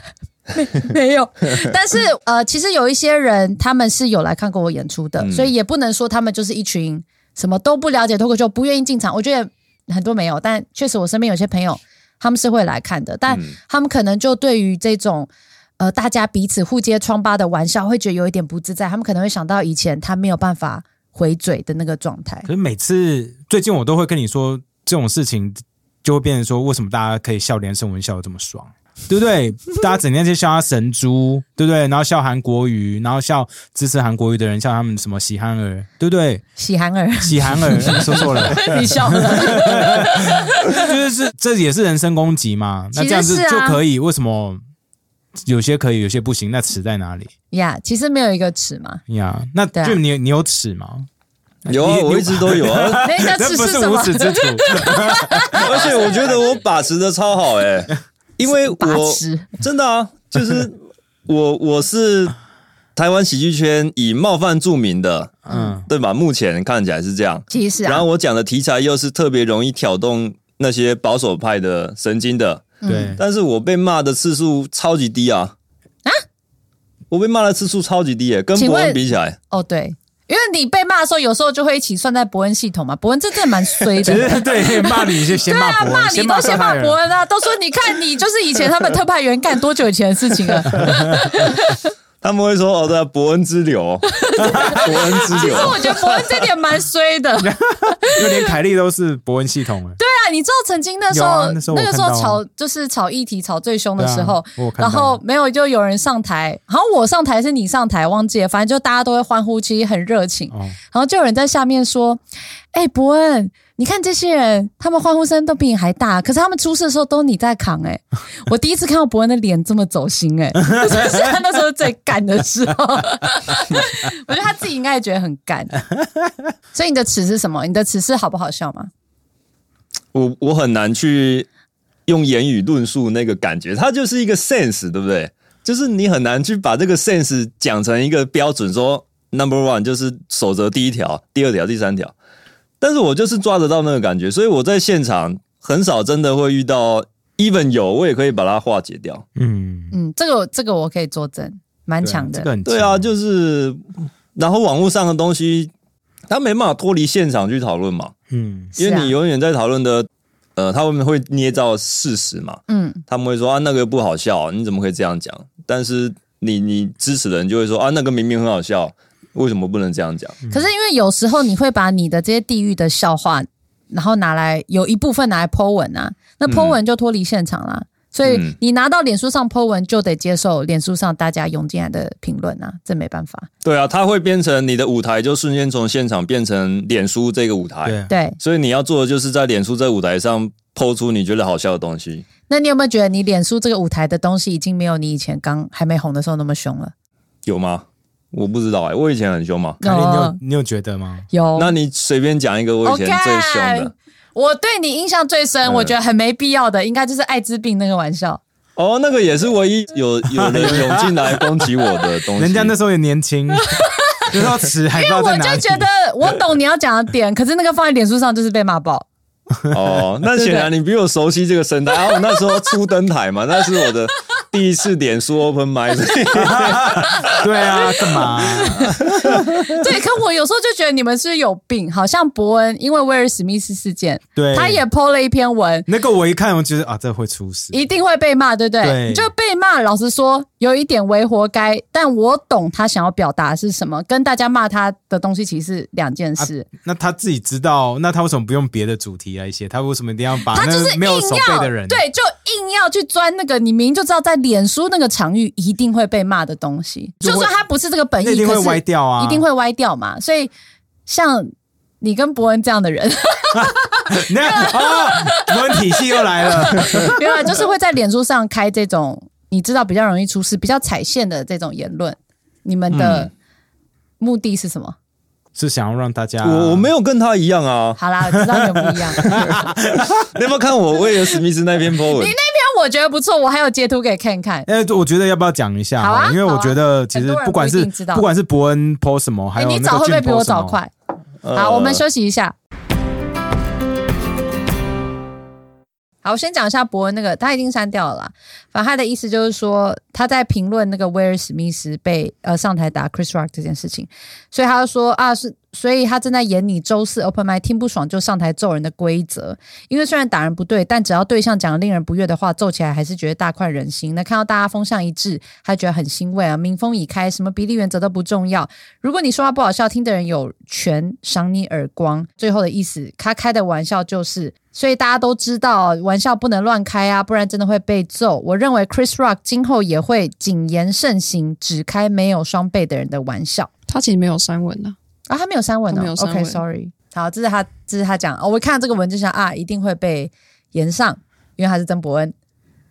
[SPEAKER 1] 没有，但是呃，其实有一些人他们是有来看过我演出的，
[SPEAKER 4] 嗯
[SPEAKER 1] 所以也不能说他们就是一群什么都不了解脱口秀不愿意进场。我觉得很多没有，但确实我身边有些朋友他们是会来看的，但
[SPEAKER 4] 嗯
[SPEAKER 1] 他们可能就对于这种。呃，大家彼此互揭疮疤的玩笑，会觉得有一点不自在。他们可能会想到以前他没有办法回嘴的那个状态
[SPEAKER 2] 可。是每次最近我都会跟你说这种事情，就会变成说为什么大家可以笑连胜文笑的这么爽，对不对？大家整天就笑他神猪，对不对？然后笑韩国瑜，然后笑支持韩国瑜的人，笑他们什么喜憨儿，对不对？
[SPEAKER 1] 喜寒儿，
[SPEAKER 2] 喜憨儿 说错了，
[SPEAKER 1] 你笑了。
[SPEAKER 2] 就是这也是人身攻击嘛。那
[SPEAKER 1] 其实
[SPEAKER 2] 这样子
[SPEAKER 1] 是啊
[SPEAKER 2] 就可以，为什么有些可以，有些不行？那尺在哪里
[SPEAKER 1] 呀其实没有一个尺嘛，
[SPEAKER 2] 呀那
[SPEAKER 1] 对啊
[SPEAKER 2] 就你你有尺吗？
[SPEAKER 4] 有啊
[SPEAKER 2] 你，
[SPEAKER 4] 我一直都有啊，
[SPEAKER 1] 那个
[SPEAKER 2] 这
[SPEAKER 1] 尺
[SPEAKER 2] 不
[SPEAKER 1] 是
[SPEAKER 2] 是
[SPEAKER 1] 什
[SPEAKER 2] 无
[SPEAKER 1] 么？
[SPEAKER 2] 耻 之徒，
[SPEAKER 4] 而且我觉得我把持的超好哎、因为我
[SPEAKER 1] 把持。
[SPEAKER 4] 真的啊，就是我我是台湾喜剧圈以冒犯著名的，
[SPEAKER 2] 嗯。
[SPEAKER 4] 对吧？目前看起来是这样。
[SPEAKER 1] 其实啊，
[SPEAKER 4] 然后我讲的题材又是特别容易挑动那些保守派的神经的，
[SPEAKER 2] 对，
[SPEAKER 4] 但是我被骂的次数超级低啊！
[SPEAKER 1] 嗯啊，
[SPEAKER 4] 我被骂的次数超级低耶、跟
[SPEAKER 1] 请
[SPEAKER 4] 伯
[SPEAKER 1] 问
[SPEAKER 4] 恩比起来，
[SPEAKER 1] 哦，对，因为你被骂的时候，有时候就会一起算在伯恩系统嘛。伯恩这真的蛮衰
[SPEAKER 2] 其
[SPEAKER 1] 的。
[SPEAKER 2] 实对骂你先先骂
[SPEAKER 1] 啊，
[SPEAKER 2] 伯
[SPEAKER 1] 骂
[SPEAKER 2] 恩，
[SPEAKER 1] 你都先
[SPEAKER 2] 上
[SPEAKER 1] 骂
[SPEAKER 2] 海人
[SPEAKER 1] 伯恩啊，都说你看你就是以前他们特派员干多久以前的事情了，
[SPEAKER 4] 他们会说：“哦，对啊，伯恩 之流，伯恩之
[SPEAKER 1] 其
[SPEAKER 4] 流
[SPEAKER 1] 实。我觉得伯恩这点蛮衰的。对
[SPEAKER 2] 因为连凯莉都是伯恩系统了。对，
[SPEAKER 1] 啊，你知道曾经那时候、
[SPEAKER 2] 有啊那时候我
[SPEAKER 1] 个时
[SPEAKER 2] 看
[SPEAKER 1] 候
[SPEAKER 2] 到啊
[SPEAKER 1] 吵就是吵议题吵最凶的时候，
[SPEAKER 2] 对啊我有看到
[SPEAKER 1] 然后没有就有人上台，好像我上台是你上台，忘记了，反正就大家都会欢呼，其实很热情。
[SPEAKER 2] 哦，
[SPEAKER 1] 然后就有人在下面说：“哎、伯恩，你看这些人，他们欢呼声都比你还大，可是他们出事的时候都你在扛、 欸。”哎，我第一次看到伯恩的脸这么走心、欸，哎，就是他那时候最干的时候， 我觉得他自己应该也觉得很干。所以你的词是什么？你的词是好不好笑吗？
[SPEAKER 4] 我我很难去用言语论述那个感觉，它就是一个 sense，对不对？就是你很难去把这个 sense 讲成一个标准说 number one 就是守则第一条、第二条、第三条。但是我就是抓得到那个感觉，所以我在现场很少真的会遇到，even 有我也可以把它化解掉。
[SPEAKER 2] 嗯，
[SPEAKER 1] 嗯，这个我这个我可以作证，蛮强的。
[SPEAKER 2] 这个很
[SPEAKER 4] 对啊，就是然后网络上的东西，它没办法脱离现场去讨论嘛，
[SPEAKER 2] 嗯
[SPEAKER 4] 因为
[SPEAKER 1] 是啊
[SPEAKER 4] 你永远在讨论的，呃，他们会捏造事实嘛，
[SPEAKER 1] 嗯，
[SPEAKER 4] 他们会说啊那个不好笑，你怎么可以这样讲？但是你你支持的人就会说啊那个明明很好笑，为什么不能这样讲？
[SPEAKER 1] 可是因为有时候你会把你的这些地域的笑话然后拿来有一部分拿来 Po 文啊，那 Po 文就脱离现场啦。所以
[SPEAKER 4] 嗯
[SPEAKER 1] 你拿到脸书上 Po 文，就得接受脸书上大家涌进来的评论啊，这没办法。
[SPEAKER 4] 对啊，它会变成你的舞台，就瞬间从现场变成脸书这个舞台。
[SPEAKER 2] 对，啊
[SPEAKER 1] 对，
[SPEAKER 4] 所以你要做的就是在脸书这个舞台上抛出你觉得好笑的东西。
[SPEAKER 1] 那你有没有觉得你脸书这个舞台的东西已经没有你以前刚还没红的时候那么凶了？
[SPEAKER 4] 有吗？我不知道哎、我以前很凶嘛。
[SPEAKER 2] 凯莉，你有
[SPEAKER 1] 哦
[SPEAKER 2] 你有觉得吗？
[SPEAKER 1] 有，
[SPEAKER 4] 那你随便讲一个我以前最凶的
[SPEAKER 1] 哦 OK 我对你印象最深，
[SPEAKER 4] 嗯
[SPEAKER 1] 我觉得很没必要的，应该就是艾滋病那个玩笑。
[SPEAKER 4] 哦，那个也是唯一有有 人涌进来攻击我的东西。
[SPEAKER 2] 人家那时候也年 轻，不知道尺还不知道
[SPEAKER 1] 我
[SPEAKER 2] 在哪
[SPEAKER 1] 就
[SPEAKER 2] 里。
[SPEAKER 1] 觉得我懂你要讲的点，可是那个放在脸书上就是被骂爆。
[SPEAKER 4] 哦，那显然你比我熟悉这个生 态。啊，我那时候初登台嘛，那是我的第一次脸书 open m i
[SPEAKER 2] 对啊，干嘛？
[SPEAKER 1] 对，可我有时候就觉得你们是不是有病，好像伯恩因为威尔史密斯事件，
[SPEAKER 2] 对，
[SPEAKER 1] 他也 PO 了一篇文，
[SPEAKER 2] 那个我一看，我觉得啊，这会出事。
[SPEAKER 1] 一定会被骂，对不对？
[SPEAKER 2] 对
[SPEAKER 1] 就被骂。老实说，有一点为活该，但我懂他想要表达的是什么，跟大家骂他的东西其实是两件事。
[SPEAKER 2] 那他自己知道，那他为什么不用别的主题来写？他为什么一定要把
[SPEAKER 1] 他
[SPEAKER 2] 那
[SPEAKER 1] 就是
[SPEAKER 2] 个
[SPEAKER 1] 硬
[SPEAKER 2] 啊没有手背
[SPEAKER 1] 要
[SPEAKER 2] 的人？
[SPEAKER 1] 对，就硬要去钻那个你明明就知道在脸书那个场域一定会被骂的东西，
[SPEAKER 2] 就
[SPEAKER 1] 就
[SPEAKER 2] 会
[SPEAKER 1] 算他不是这个本
[SPEAKER 2] 那一
[SPEAKER 1] 意，
[SPEAKER 2] 定
[SPEAKER 1] 可
[SPEAKER 2] 会
[SPEAKER 1] 是
[SPEAKER 2] 歪掉啊！
[SPEAKER 1] 一定。会歪掉嘛。所以像你跟伯恩这样的人，
[SPEAKER 2] 那 哦，文体系又来了。
[SPEAKER 1] 没有啊，就是会在脸书上开这种你知道比较容易出事、比较踩线的这种言论，你们
[SPEAKER 2] 嗯
[SPEAKER 1] 的目的是什么？
[SPEAKER 2] 是想要让大家
[SPEAKER 4] 我我没有跟他一样 啊。
[SPEAKER 1] 好啦，我知道你们不一 样。
[SPEAKER 4] 你有没有看我威尔史密斯那篇 po 文？
[SPEAKER 1] 但我觉得不错，我还有截图给看看。
[SPEAKER 2] 哎，我觉得要不要讲一下？
[SPEAKER 1] 好啊
[SPEAKER 2] 因为我
[SPEAKER 1] 好啊
[SPEAKER 2] 觉得其
[SPEAKER 1] 很
[SPEAKER 2] 实
[SPEAKER 1] 多人
[SPEAKER 2] 不管
[SPEAKER 1] 不一
[SPEAKER 2] 是
[SPEAKER 1] 定知道
[SPEAKER 2] 不管是伯恩 po 什么，还
[SPEAKER 1] 哎，
[SPEAKER 2] 有
[SPEAKER 1] 你
[SPEAKER 2] 那
[SPEAKER 1] 早会
[SPEAKER 2] 个
[SPEAKER 1] 不会
[SPEAKER 2] Jim
[SPEAKER 1] 比我
[SPEAKER 2] po 什
[SPEAKER 1] 早
[SPEAKER 2] 么，
[SPEAKER 1] 快？好，我们
[SPEAKER 4] 说
[SPEAKER 1] 休息一下。好，我先讲一下伯恩那个，他已经删掉了啦。反正他的意思就是说，他在评论那个威尔史密斯被呃上台打 Chris Rock 这件事情，所以他就说啊，是所以他正在演你周四 Open m i 听不爽就上台揍人的规则。因为虽然打人不对，但只要对象讲了令人不悦的话，揍起来还是觉得大快人心。那看到大家风向一致，还觉得很欣慰啊，民风已开，什么比例原则都不重要。如果你说话不好笑，听的人有权赏你耳光。最后的意思，他开的玩笑就是，所以大家都知道，玩笑不能乱开啊，不然真的会被揍。我认为 Chris Rock 今后也会谨言慎行，只开没有双倍的人的玩笑。
[SPEAKER 6] 他其实没有删文啊，
[SPEAKER 1] 啊，他没有删文
[SPEAKER 6] 他
[SPEAKER 1] 哦。
[SPEAKER 6] 没有删文
[SPEAKER 1] OK，sorry、好，这是他，这是他讲。哦，我看到这个文就想啊，一定会被延上，因为他是曾伯恩。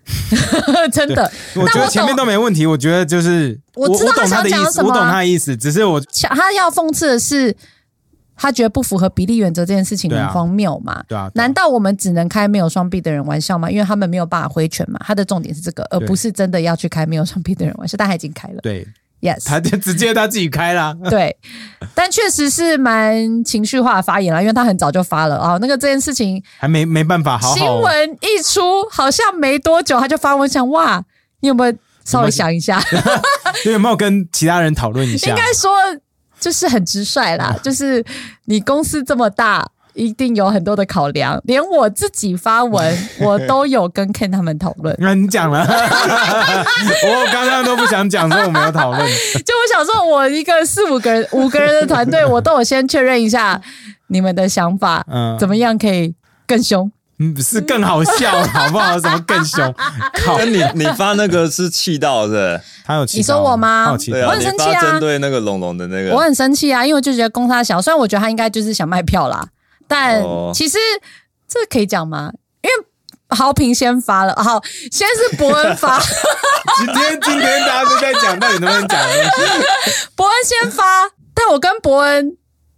[SPEAKER 1] 真的，
[SPEAKER 2] 我觉
[SPEAKER 1] 但我
[SPEAKER 2] 得
[SPEAKER 1] 懂
[SPEAKER 2] 前面都没问题，我觉得就是
[SPEAKER 1] 我
[SPEAKER 2] 我
[SPEAKER 1] 知道他
[SPEAKER 2] 懂
[SPEAKER 1] 想
[SPEAKER 2] 的意
[SPEAKER 1] 讲
[SPEAKER 2] 思，
[SPEAKER 1] 什
[SPEAKER 2] 我
[SPEAKER 1] 么
[SPEAKER 2] 懂
[SPEAKER 1] 啊
[SPEAKER 2] 他的意思，只是我
[SPEAKER 1] 他要讽刺的是，他觉得不符合比例原则这件事情
[SPEAKER 2] 对啊
[SPEAKER 1] 很荒谬嘛。
[SPEAKER 2] 对啊，对啊
[SPEAKER 1] 难道我们只能开没有双臂的人玩笑吗？因为他们没有办法挥拳嘛。他的重点是这个，而不是真的要去开没有双臂的人玩笑。但他已经开了
[SPEAKER 2] 对，
[SPEAKER 1] ，yes，
[SPEAKER 2] 他就直接他自己开啦。
[SPEAKER 1] 对。 但确实是蛮情绪化的发言啦，因为他很早就发了啊、那个这件事情，
[SPEAKER 2] 还没没办法好哦好
[SPEAKER 1] 新闻一出，好像没多久他就发文想，哇，你有没有稍微想一下？
[SPEAKER 2] 对，有没有跟其他人讨论一下
[SPEAKER 1] 应？该说就是很直率 啦，就是你公司这么大，一定有很多的考量，连我自己发文， 我都有跟 Ken 他们讨论。
[SPEAKER 2] 那啊 你讲了，我刚刚都不想讲，所以我没有讨论。
[SPEAKER 1] 就我想说，我一个四五个人、五个人的团队，我都有先确认一下你们的想法，
[SPEAKER 2] 嗯，
[SPEAKER 1] 怎么样可以更凶？
[SPEAKER 2] 嗯是更好笑，好不好？怎么更凶？靠，
[SPEAKER 4] 跟你你发那个是气到是
[SPEAKER 2] 他有气到
[SPEAKER 1] 你说我吗
[SPEAKER 2] 他有气
[SPEAKER 4] 不是？
[SPEAKER 2] 到
[SPEAKER 4] 对
[SPEAKER 1] 我
[SPEAKER 4] 啊，
[SPEAKER 1] 很
[SPEAKER 4] 你
[SPEAKER 1] 生气啊
[SPEAKER 4] 发针对那个龙龙的那
[SPEAKER 1] 我
[SPEAKER 4] 个，
[SPEAKER 1] 很生气啊，因为我就觉得公差小，虽然我觉得他应该就是想卖票啦，但
[SPEAKER 4] 哦
[SPEAKER 1] 其实、这可以讲吗？因为豪平先发了，好，先是伯恩 发，
[SPEAKER 2] 今天今天大家都在讲，到底能不能讲的东西？
[SPEAKER 1] 伯恩先发，但我跟伯恩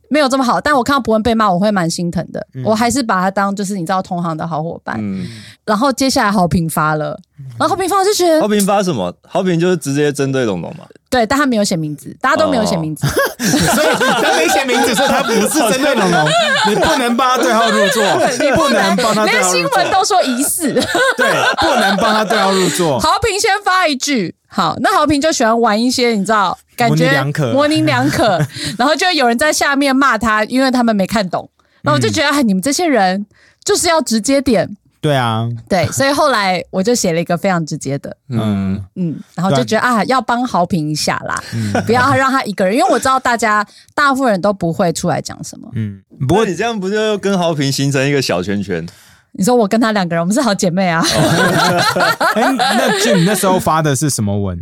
[SPEAKER 1] 没有这么好，但我看到伯恩被骂，我会蛮心疼的，我还是把他当就是你知道同行的好伙伴。
[SPEAKER 4] 嗯，
[SPEAKER 1] 然后接下来豪平发了，然后豪平发我就觉得
[SPEAKER 4] 好评发什么？好评就是直接针对龙龙嘛。
[SPEAKER 1] 对，但他没有写名字，大家都没有写名字，
[SPEAKER 2] 哦 所以他没写名字，说他不是针对龙龙，你不能帮他对号入座，不能帮他对
[SPEAKER 1] 连
[SPEAKER 2] 号
[SPEAKER 1] 新
[SPEAKER 2] 入
[SPEAKER 1] 闻
[SPEAKER 2] 座，
[SPEAKER 1] 都说疑似。
[SPEAKER 2] 对，不能帮他对号入座。
[SPEAKER 1] 豪平先发一句，好，那豪平就喜欢玩一些你知道，感
[SPEAKER 2] 模
[SPEAKER 1] 觉
[SPEAKER 2] 棱两可
[SPEAKER 1] 模棱两可，然后就有人在下
[SPEAKER 2] 嗯
[SPEAKER 1] 面骂他，因为他们没看懂，然后我就觉得，哎、你们这些人就是要直接点，
[SPEAKER 2] 对啊，
[SPEAKER 1] 对，所以后来我就写了一个非常直接的，
[SPEAKER 4] 嗯，
[SPEAKER 1] 嗯，然后就觉得啊，要帮好评一下啦，
[SPEAKER 2] 嗯
[SPEAKER 1] 不要让他一个人，因为我知道大家大部分人都不会出来讲什么。
[SPEAKER 2] 嗯，不
[SPEAKER 4] 不过
[SPEAKER 2] 过
[SPEAKER 4] 你这样不就又跟豪平形成一个小圈圈？
[SPEAKER 1] 你说我跟他两个人，我们是好姐妹啊，
[SPEAKER 2] 哦哎、那就你那时候发的是什么文？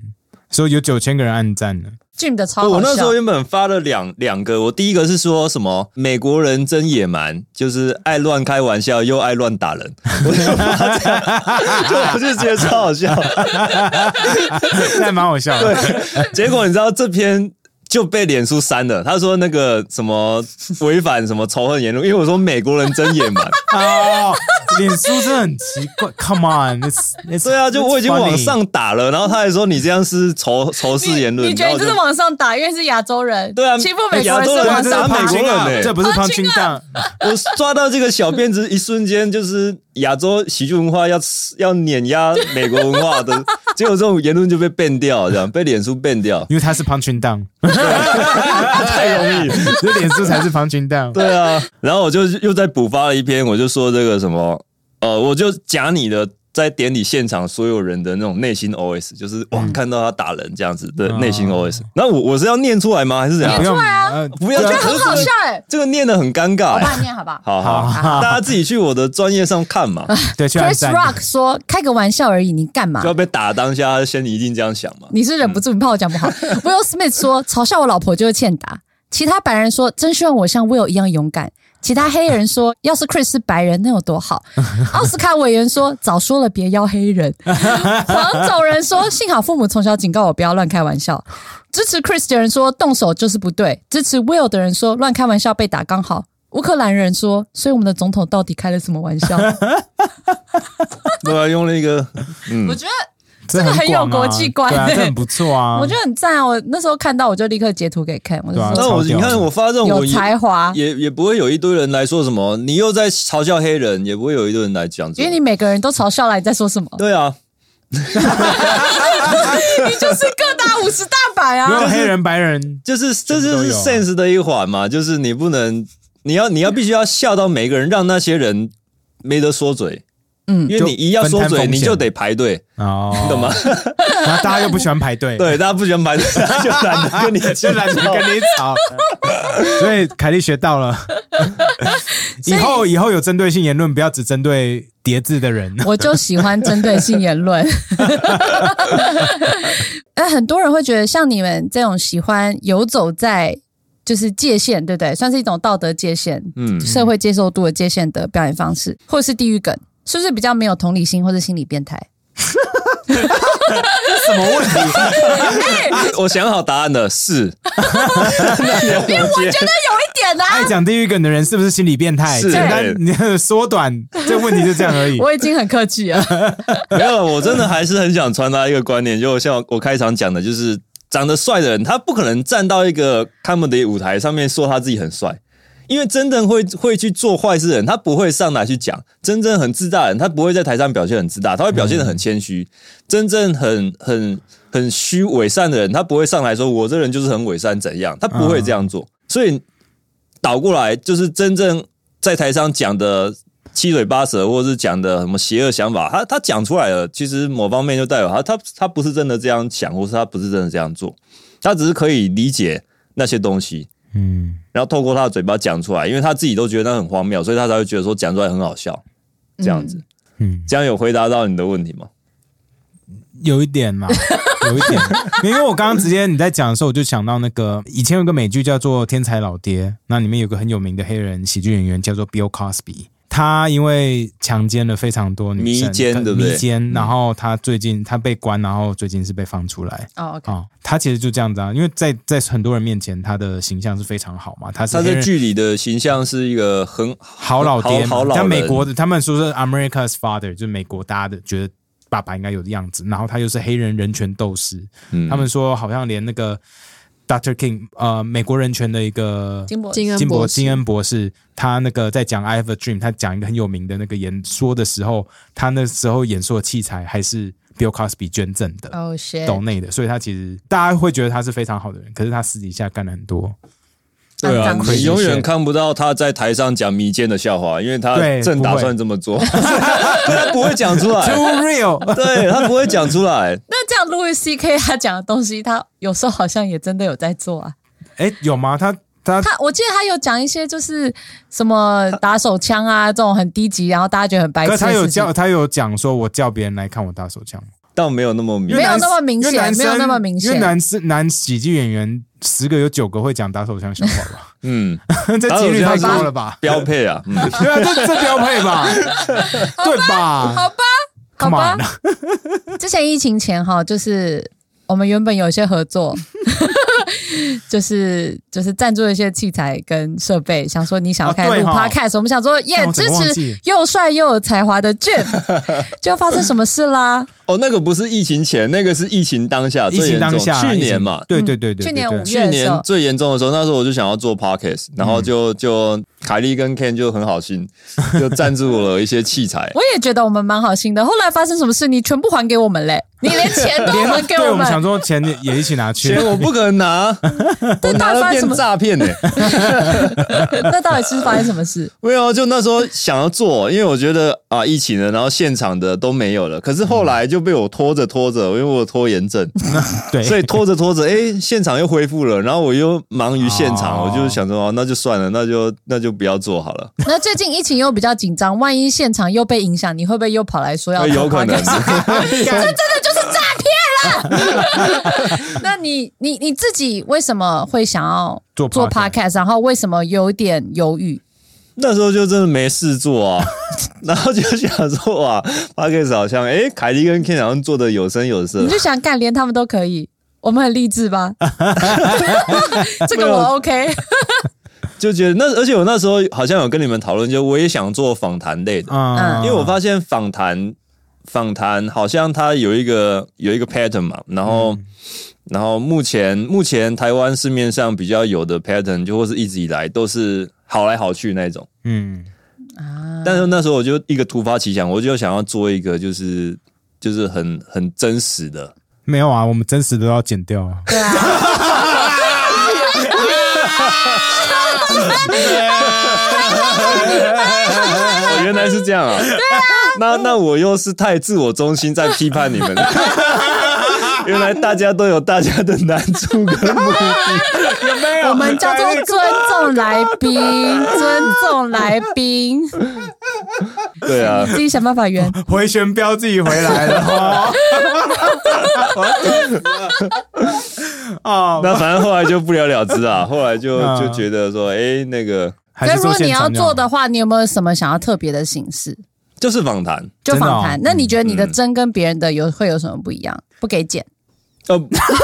[SPEAKER 2] 说有九千个人按赞 呢，
[SPEAKER 1] 俊的超
[SPEAKER 2] 哦
[SPEAKER 4] 我
[SPEAKER 1] 好
[SPEAKER 4] 那时
[SPEAKER 1] 笑
[SPEAKER 4] 候。原本发了两两个，我第一个是说什么美国人真野蛮，就是爱乱开玩笑又爱乱打人，我就发这样，就我就觉得超好笑。
[SPEAKER 2] 那还蛮好笑的。
[SPEAKER 4] 结果你知道这篇就被脸书删了，他说那个什么违反什么仇恨言论，因为我说美国人真野蛮，
[SPEAKER 2] 哦，脸书真的很奇怪。Come on，it's, it's,
[SPEAKER 4] 对啊，就我已经往
[SPEAKER 2] it's funny
[SPEAKER 4] 上打了，然后他还说你这样是仇仇视言论，
[SPEAKER 1] 你觉得你这
[SPEAKER 4] 然
[SPEAKER 1] 是
[SPEAKER 4] 后
[SPEAKER 1] 往上打，因为是亚洲人，
[SPEAKER 4] 对啊
[SPEAKER 1] 欺负美国
[SPEAKER 4] 亚
[SPEAKER 1] 人
[SPEAKER 4] 洲
[SPEAKER 1] 是
[SPEAKER 4] 人
[SPEAKER 2] 对啊
[SPEAKER 1] 往
[SPEAKER 2] 这是
[SPEAKER 1] 上
[SPEAKER 4] 打
[SPEAKER 1] 爬
[SPEAKER 4] 美国
[SPEAKER 2] punching
[SPEAKER 4] 人
[SPEAKER 2] up，
[SPEAKER 4] 欸
[SPEAKER 2] 这不是 punching down，
[SPEAKER 4] 我就我抓到这个小辫子，一瞬间就是亚洲喜剧文化要要碾压美国文化的，结果这种言论就被 ban 掉，这样被脸书 ban 掉，
[SPEAKER 2] 因为它是 punching down，
[SPEAKER 4] 太容易。
[SPEAKER 2] 所以脸书才是 punching down。
[SPEAKER 4] 对啊，然后我就又再补发了一篇，我就说这个什么，呃，我就讲你的在典礼现场所有人的那种内心 OS，就是哇，看到他打人这样子的
[SPEAKER 2] 啊
[SPEAKER 4] 内心 OS。那我我是要念出来吗？还是怎样
[SPEAKER 2] 不？用，呃
[SPEAKER 4] 啊不要，
[SPEAKER 2] 对啊
[SPEAKER 4] 这
[SPEAKER 1] 很
[SPEAKER 4] 个
[SPEAKER 1] 好笑哎，
[SPEAKER 4] 这个念的很尴尬
[SPEAKER 1] 我
[SPEAKER 4] 欸。
[SPEAKER 1] 帮你念好不好？
[SPEAKER 4] 好好，好大家自己去我的专业上看嘛，
[SPEAKER 2] 对，去按
[SPEAKER 1] Chris
[SPEAKER 2] 赞。
[SPEAKER 1] Rock 说：“开个玩笑而已，你干嘛
[SPEAKER 4] 就要被打当下，先一定这样想嘛？”。
[SPEAKER 1] 你是忍不住，你怕我讲不好。Will Smith 说：“嘲笑我老婆就是欠打。”其他白人说：“真希望我像 Will 一样勇敢。”其他黑人说：“要是 Chris 是白人，那有多好？”奥斯卡委员说：“早说了，别邀黑人。”黄种人说：“幸好父母从小警告我不要乱开玩笑。”支持 Chris 的人说：“动手就是不对。”支持 Will 的人说：“乱开玩笑被打刚好。”乌克兰人说：“所以我们的总统到底开了什么玩笑？”
[SPEAKER 4] 对啊，用了一个
[SPEAKER 2] 嗯
[SPEAKER 4] 嗯
[SPEAKER 1] 我觉得
[SPEAKER 2] 这
[SPEAKER 1] 这个
[SPEAKER 2] 很
[SPEAKER 1] 很有
[SPEAKER 2] 广啊
[SPEAKER 1] 国际观
[SPEAKER 2] 对啊，
[SPEAKER 1] 欸
[SPEAKER 2] 这很不错 啊。
[SPEAKER 1] 我觉得很赞啊！我那时候看到，我就立刻截图给 Ken，我就
[SPEAKER 2] 对啊
[SPEAKER 1] 说
[SPEAKER 4] 那我你看我发这种
[SPEAKER 1] 有
[SPEAKER 4] 文，
[SPEAKER 1] 才华，
[SPEAKER 4] 也也不会有一堆人来说什么，你又在嘲笑黑人，也不会有一堆人来讲这
[SPEAKER 1] 因
[SPEAKER 4] 种。
[SPEAKER 1] 为你每个人都嘲笑了你在说什么，
[SPEAKER 4] 对啊，
[SPEAKER 1] 你就是各 打五十大板
[SPEAKER 2] 没有
[SPEAKER 1] 啊！
[SPEAKER 2] 黑人白人，
[SPEAKER 4] 就是这
[SPEAKER 2] 部
[SPEAKER 4] 就
[SPEAKER 2] 都
[SPEAKER 4] 是
[SPEAKER 2] 有啊
[SPEAKER 4] sense 的一环嘛，就是你不能，你要你要必须要笑到每一个人，让那些人没得说嘴。
[SPEAKER 1] 嗯
[SPEAKER 4] 因为你一要
[SPEAKER 2] 就分
[SPEAKER 4] 说
[SPEAKER 2] 摊
[SPEAKER 4] 嘴，
[SPEAKER 2] 风险
[SPEAKER 4] 你就得排队，
[SPEAKER 2] 哦，
[SPEAKER 4] 懂吗？
[SPEAKER 2] 然后大家又不喜欢排队，
[SPEAKER 4] 对，大家不喜欢排 队，大家就懒得跟你
[SPEAKER 2] 就懒得跟你 吵。所以凯莉学 到了，以后以后有针对性言论，不要只针对叠字的人。
[SPEAKER 1] 我就喜欢针对性言 论。哎，很多人会觉得像你们这种喜欢游走在就是界限，对不对？算是一种道德界限，
[SPEAKER 4] 嗯，
[SPEAKER 1] 社会接受度的界限的表演方式，或者是地域梗，是不是比较没有同理心或者心理变态？
[SPEAKER 2] 什么问题？
[SPEAKER 1] 哎
[SPEAKER 4] 我想好答案了， 是。因为我
[SPEAKER 1] 有一
[SPEAKER 4] 觉得
[SPEAKER 1] 点啊，
[SPEAKER 2] 爱讲地狱梗的人是不是心理变态？
[SPEAKER 4] 是
[SPEAKER 2] 简单，你看缩短这问题就这样而已。
[SPEAKER 1] 我已经很客 气了。
[SPEAKER 4] 没有，我真的还是很想传达一个观念，就像我开场讲的，就是长得帅的人，他不可能站到一个 comedy 舞台上面说他自己很帅，因为真正会会去做坏事的人，他不会上来去讲；真正很自大的人，他不会在台上表现很自大，他会表现的很谦虚；真正很很很虚伪善的人，他不会上来说我这人就是很伪善怎样，他不会这样做。所以倒过来，就是真正在台上讲的七嘴八舌，或者是讲的什么邪恶想法，他他讲出来了，其实某方面就代表他他他不是真的这样想，或是他不是真的这样做，他只是可以理解那些东西，
[SPEAKER 2] 嗯，
[SPEAKER 4] 然后透过他的嘴巴讲出来，因为他自己都觉得那很荒谬，所以他才会觉得说讲出来很好笑，这样子，
[SPEAKER 2] 嗯
[SPEAKER 4] 这样有回答到你的问 题吗？
[SPEAKER 2] 有一点 嘛，有一点。因为我刚刚直接你在讲的时候，我就想到那个以前有个美剧叫做《天才老爹》，那里面有个很有名的黑人喜剧演员叫做 Bill Cosby。他因为强奸了非常多女生，
[SPEAKER 4] 迷奸
[SPEAKER 2] 跟
[SPEAKER 4] 对不对嗯
[SPEAKER 2] 迷奸，然后他最近他被关，然后最近是被放出来。
[SPEAKER 1] 哦，OK，
[SPEAKER 2] 哦，他其实就这样子啊，因为在在很多人面前，他的形象是非常好嘛，他是
[SPEAKER 4] 他
[SPEAKER 2] 黑
[SPEAKER 4] 在
[SPEAKER 2] 人
[SPEAKER 4] 剧里的形象是一个很
[SPEAKER 2] 好老爹嘛，
[SPEAKER 4] 好老
[SPEAKER 2] 像
[SPEAKER 4] 人
[SPEAKER 2] 美国的，他们说是 America's father，就是美国大家的觉得爸爸应该有的样子，然后他又是黑人人权斗士，
[SPEAKER 4] 嗯
[SPEAKER 2] 他们说好像连那个 Dr. King，呃，美国人权的一个
[SPEAKER 1] 金博
[SPEAKER 6] 金恩
[SPEAKER 2] 金
[SPEAKER 6] 博
[SPEAKER 2] 博
[SPEAKER 6] 士
[SPEAKER 2] 金恩博士，他那个在讲《I Have a Dream》，他讲一个很有名的那个演说的时候，他那时候演说的器材还是 Bill Cosby 捐赠的。
[SPEAKER 1] 哦，谢。
[SPEAKER 2] 岛内的，所以他其实大家会觉得他是非常好的人，可是他私底下干了很多对啊
[SPEAKER 3] 肮脏
[SPEAKER 2] 亏
[SPEAKER 3] 事
[SPEAKER 4] 你
[SPEAKER 2] 心
[SPEAKER 4] 永远
[SPEAKER 2] 血
[SPEAKER 4] 看不到他在台上讲迷奸的笑话，因为他
[SPEAKER 2] 对
[SPEAKER 4] 正打算这么做， 他不会讲 出
[SPEAKER 2] Too
[SPEAKER 4] 来，
[SPEAKER 2] real，
[SPEAKER 4] 对他不会讲出来。
[SPEAKER 1] 那这样，Louis C K 他讲的东西，他有时候好像也真的有在做啊。
[SPEAKER 2] 哎、有吗？他他
[SPEAKER 1] 他我记得他有讲一些就是什么打手枪啊这种很低级，然后大家觉得很白痴
[SPEAKER 2] 可
[SPEAKER 1] 的
[SPEAKER 2] 是他有
[SPEAKER 1] 事情
[SPEAKER 2] 叫，他有讲说，我叫别人来看我打手枪，
[SPEAKER 4] 倒没有那么明
[SPEAKER 2] 因
[SPEAKER 1] 没
[SPEAKER 2] 为
[SPEAKER 1] 有
[SPEAKER 2] 男
[SPEAKER 1] 那么明显
[SPEAKER 2] 因为男生
[SPEAKER 1] 没有那么明显
[SPEAKER 2] 因为男生男喜剧演员十个有九个会讲打手枪笑话吧？
[SPEAKER 4] 嗯
[SPEAKER 2] 这几率太高了 吧？
[SPEAKER 4] 标配啊，嗯，
[SPEAKER 2] 对啊，这这标配吧？对吧
[SPEAKER 1] 好吧，好
[SPEAKER 2] ？Come
[SPEAKER 1] 吧
[SPEAKER 2] on，。
[SPEAKER 1] 之前疫情前哈，就是我们原本有一些合作， 就是就是赞助一些器材跟设备，想说你想要开始
[SPEAKER 2] 啊对
[SPEAKER 1] 录
[SPEAKER 2] 哈
[SPEAKER 1] podcast，、我们想说耶
[SPEAKER 2] 我怎
[SPEAKER 1] 支
[SPEAKER 2] 么忘
[SPEAKER 1] 持
[SPEAKER 2] 记
[SPEAKER 1] 又帅又有才华的 俊，就发生什么事啦？
[SPEAKER 4] 哦，那个不是疫情前，那个是疫情当下，
[SPEAKER 2] 疫
[SPEAKER 4] 最
[SPEAKER 2] 情
[SPEAKER 4] 啊严
[SPEAKER 2] 当
[SPEAKER 4] 重，
[SPEAKER 2] 下，
[SPEAKER 4] 去
[SPEAKER 2] 疫
[SPEAKER 4] 年
[SPEAKER 2] 情
[SPEAKER 4] 嘛，
[SPEAKER 2] 对对对对，
[SPEAKER 1] 去年
[SPEAKER 2] 对
[SPEAKER 1] 五
[SPEAKER 4] 去
[SPEAKER 1] 月的时
[SPEAKER 4] 年
[SPEAKER 1] 候，
[SPEAKER 4] 最严重的时候，那时候我就想要做 podcast，然后就、就凯莉跟 Ken 就很好心，就赞助了一些器材
[SPEAKER 1] 。我也觉得我们蛮好心的。后来发生什么事，你全部还给我们嘞，你连钱都
[SPEAKER 2] 连
[SPEAKER 1] 还给
[SPEAKER 2] 对我
[SPEAKER 1] 们
[SPEAKER 2] 们。想说钱也一起拿去
[SPEAKER 4] 钱，我不可能 拿，我
[SPEAKER 1] 到底
[SPEAKER 4] 拿了
[SPEAKER 1] 发生什
[SPEAKER 4] 变
[SPEAKER 1] 么
[SPEAKER 4] 诈骗呢。
[SPEAKER 1] 那到底是发生什么事？
[SPEAKER 4] 没有，啊就那时候想要做，因为我觉得啊，疫情了，然后现场的都没有了。可是后来就被我拖着拖着，因为我有拖延症，
[SPEAKER 2] 对，
[SPEAKER 4] 所以 拖着拖着，哎，现场又恢复了，然后我又忙于现场，
[SPEAKER 2] 哦
[SPEAKER 4] 我就想说，哦，那就算了，那就那就不要做好了。
[SPEAKER 1] 那最近疫情又比较紧张，万一现场又被影响，你会不会又跑来说
[SPEAKER 2] 哎
[SPEAKER 1] 要
[SPEAKER 4] 呃有可能
[SPEAKER 1] podcast？那你你你自己为什么会想要
[SPEAKER 2] 做
[SPEAKER 1] 做
[SPEAKER 2] podcast 啊
[SPEAKER 1] podcast？然后为什么有点犹豫？
[SPEAKER 4] 那时候就真的没事做啊， 然后就想说哇 p a c k e s 好像哎、诶凯莉跟 Ken 好像做的有声
[SPEAKER 2] 呃
[SPEAKER 4] 有色
[SPEAKER 1] 你，就想干，连他们都可以，我们很励志 吧？这个我 OK。
[SPEAKER 4] 就觉得那而且我那时候好像有跟你们讨论，就我也想做访谈类的，
[SPEAKER 2] 嗯，
[SPEAKER 4] 因为我发现访谈访谈好像它有一个有一个 pattern 嘛，然后、然后目前目前台湾市面上比较有的 pattern 就或是一直以来都是好来好去那种，
[SPEAKER 2] 嗯，
[SPEAKER 4] 但是那时候我就一个突发奇想，我就想要做一个就是就是很很真实的。
[SPEAKER 2] 没有啊，我们真实的都要剪掉啊。
[SPEAKER 1] 对啊，
[SPEAKER 4] 哦，原来是这样啊！那那我又是太自我中心，在批判你们。 原来大家都有大家的难处 跟目的，
[SPEAKER 1] 我们叫做尊重来宾，尊重来宾，
[SPEAKER 4] 对啊，
[SPEAKER 1] 自己想办法圆。
[SPEAKER 2] 回旋镖自己回来了 哦。哦，
[SPEAKER 4] 那反正后来就不了了之 啊。后来就
[SPEAKER 2] 啊
[SPEAKER 4] 就觉得说，哎、那个
[SPEAKER 2] 还
[SPEAKER 1] 那
[SPEAKER 2] 是
[SPEAKER 1] 如
[SPEAKER 2] 做
[SPEAKER 1] 果你
[SPEAKER 2] 现
[SPEAKER 1] 要
[SPEAKER 2] 场就好
[SPEAKER 1] 做的话，你有没有什么想要特别的形式？
[SPEAKER 4] 就是访谈，
[SPEAKER 1] 就
[SPEAKER 2] 真的哦
[SPEAKER 1] 访谈，那你觉得你的针跟别人的有会有什么不一样？不给剪，
[SPEAKER 4] 呃，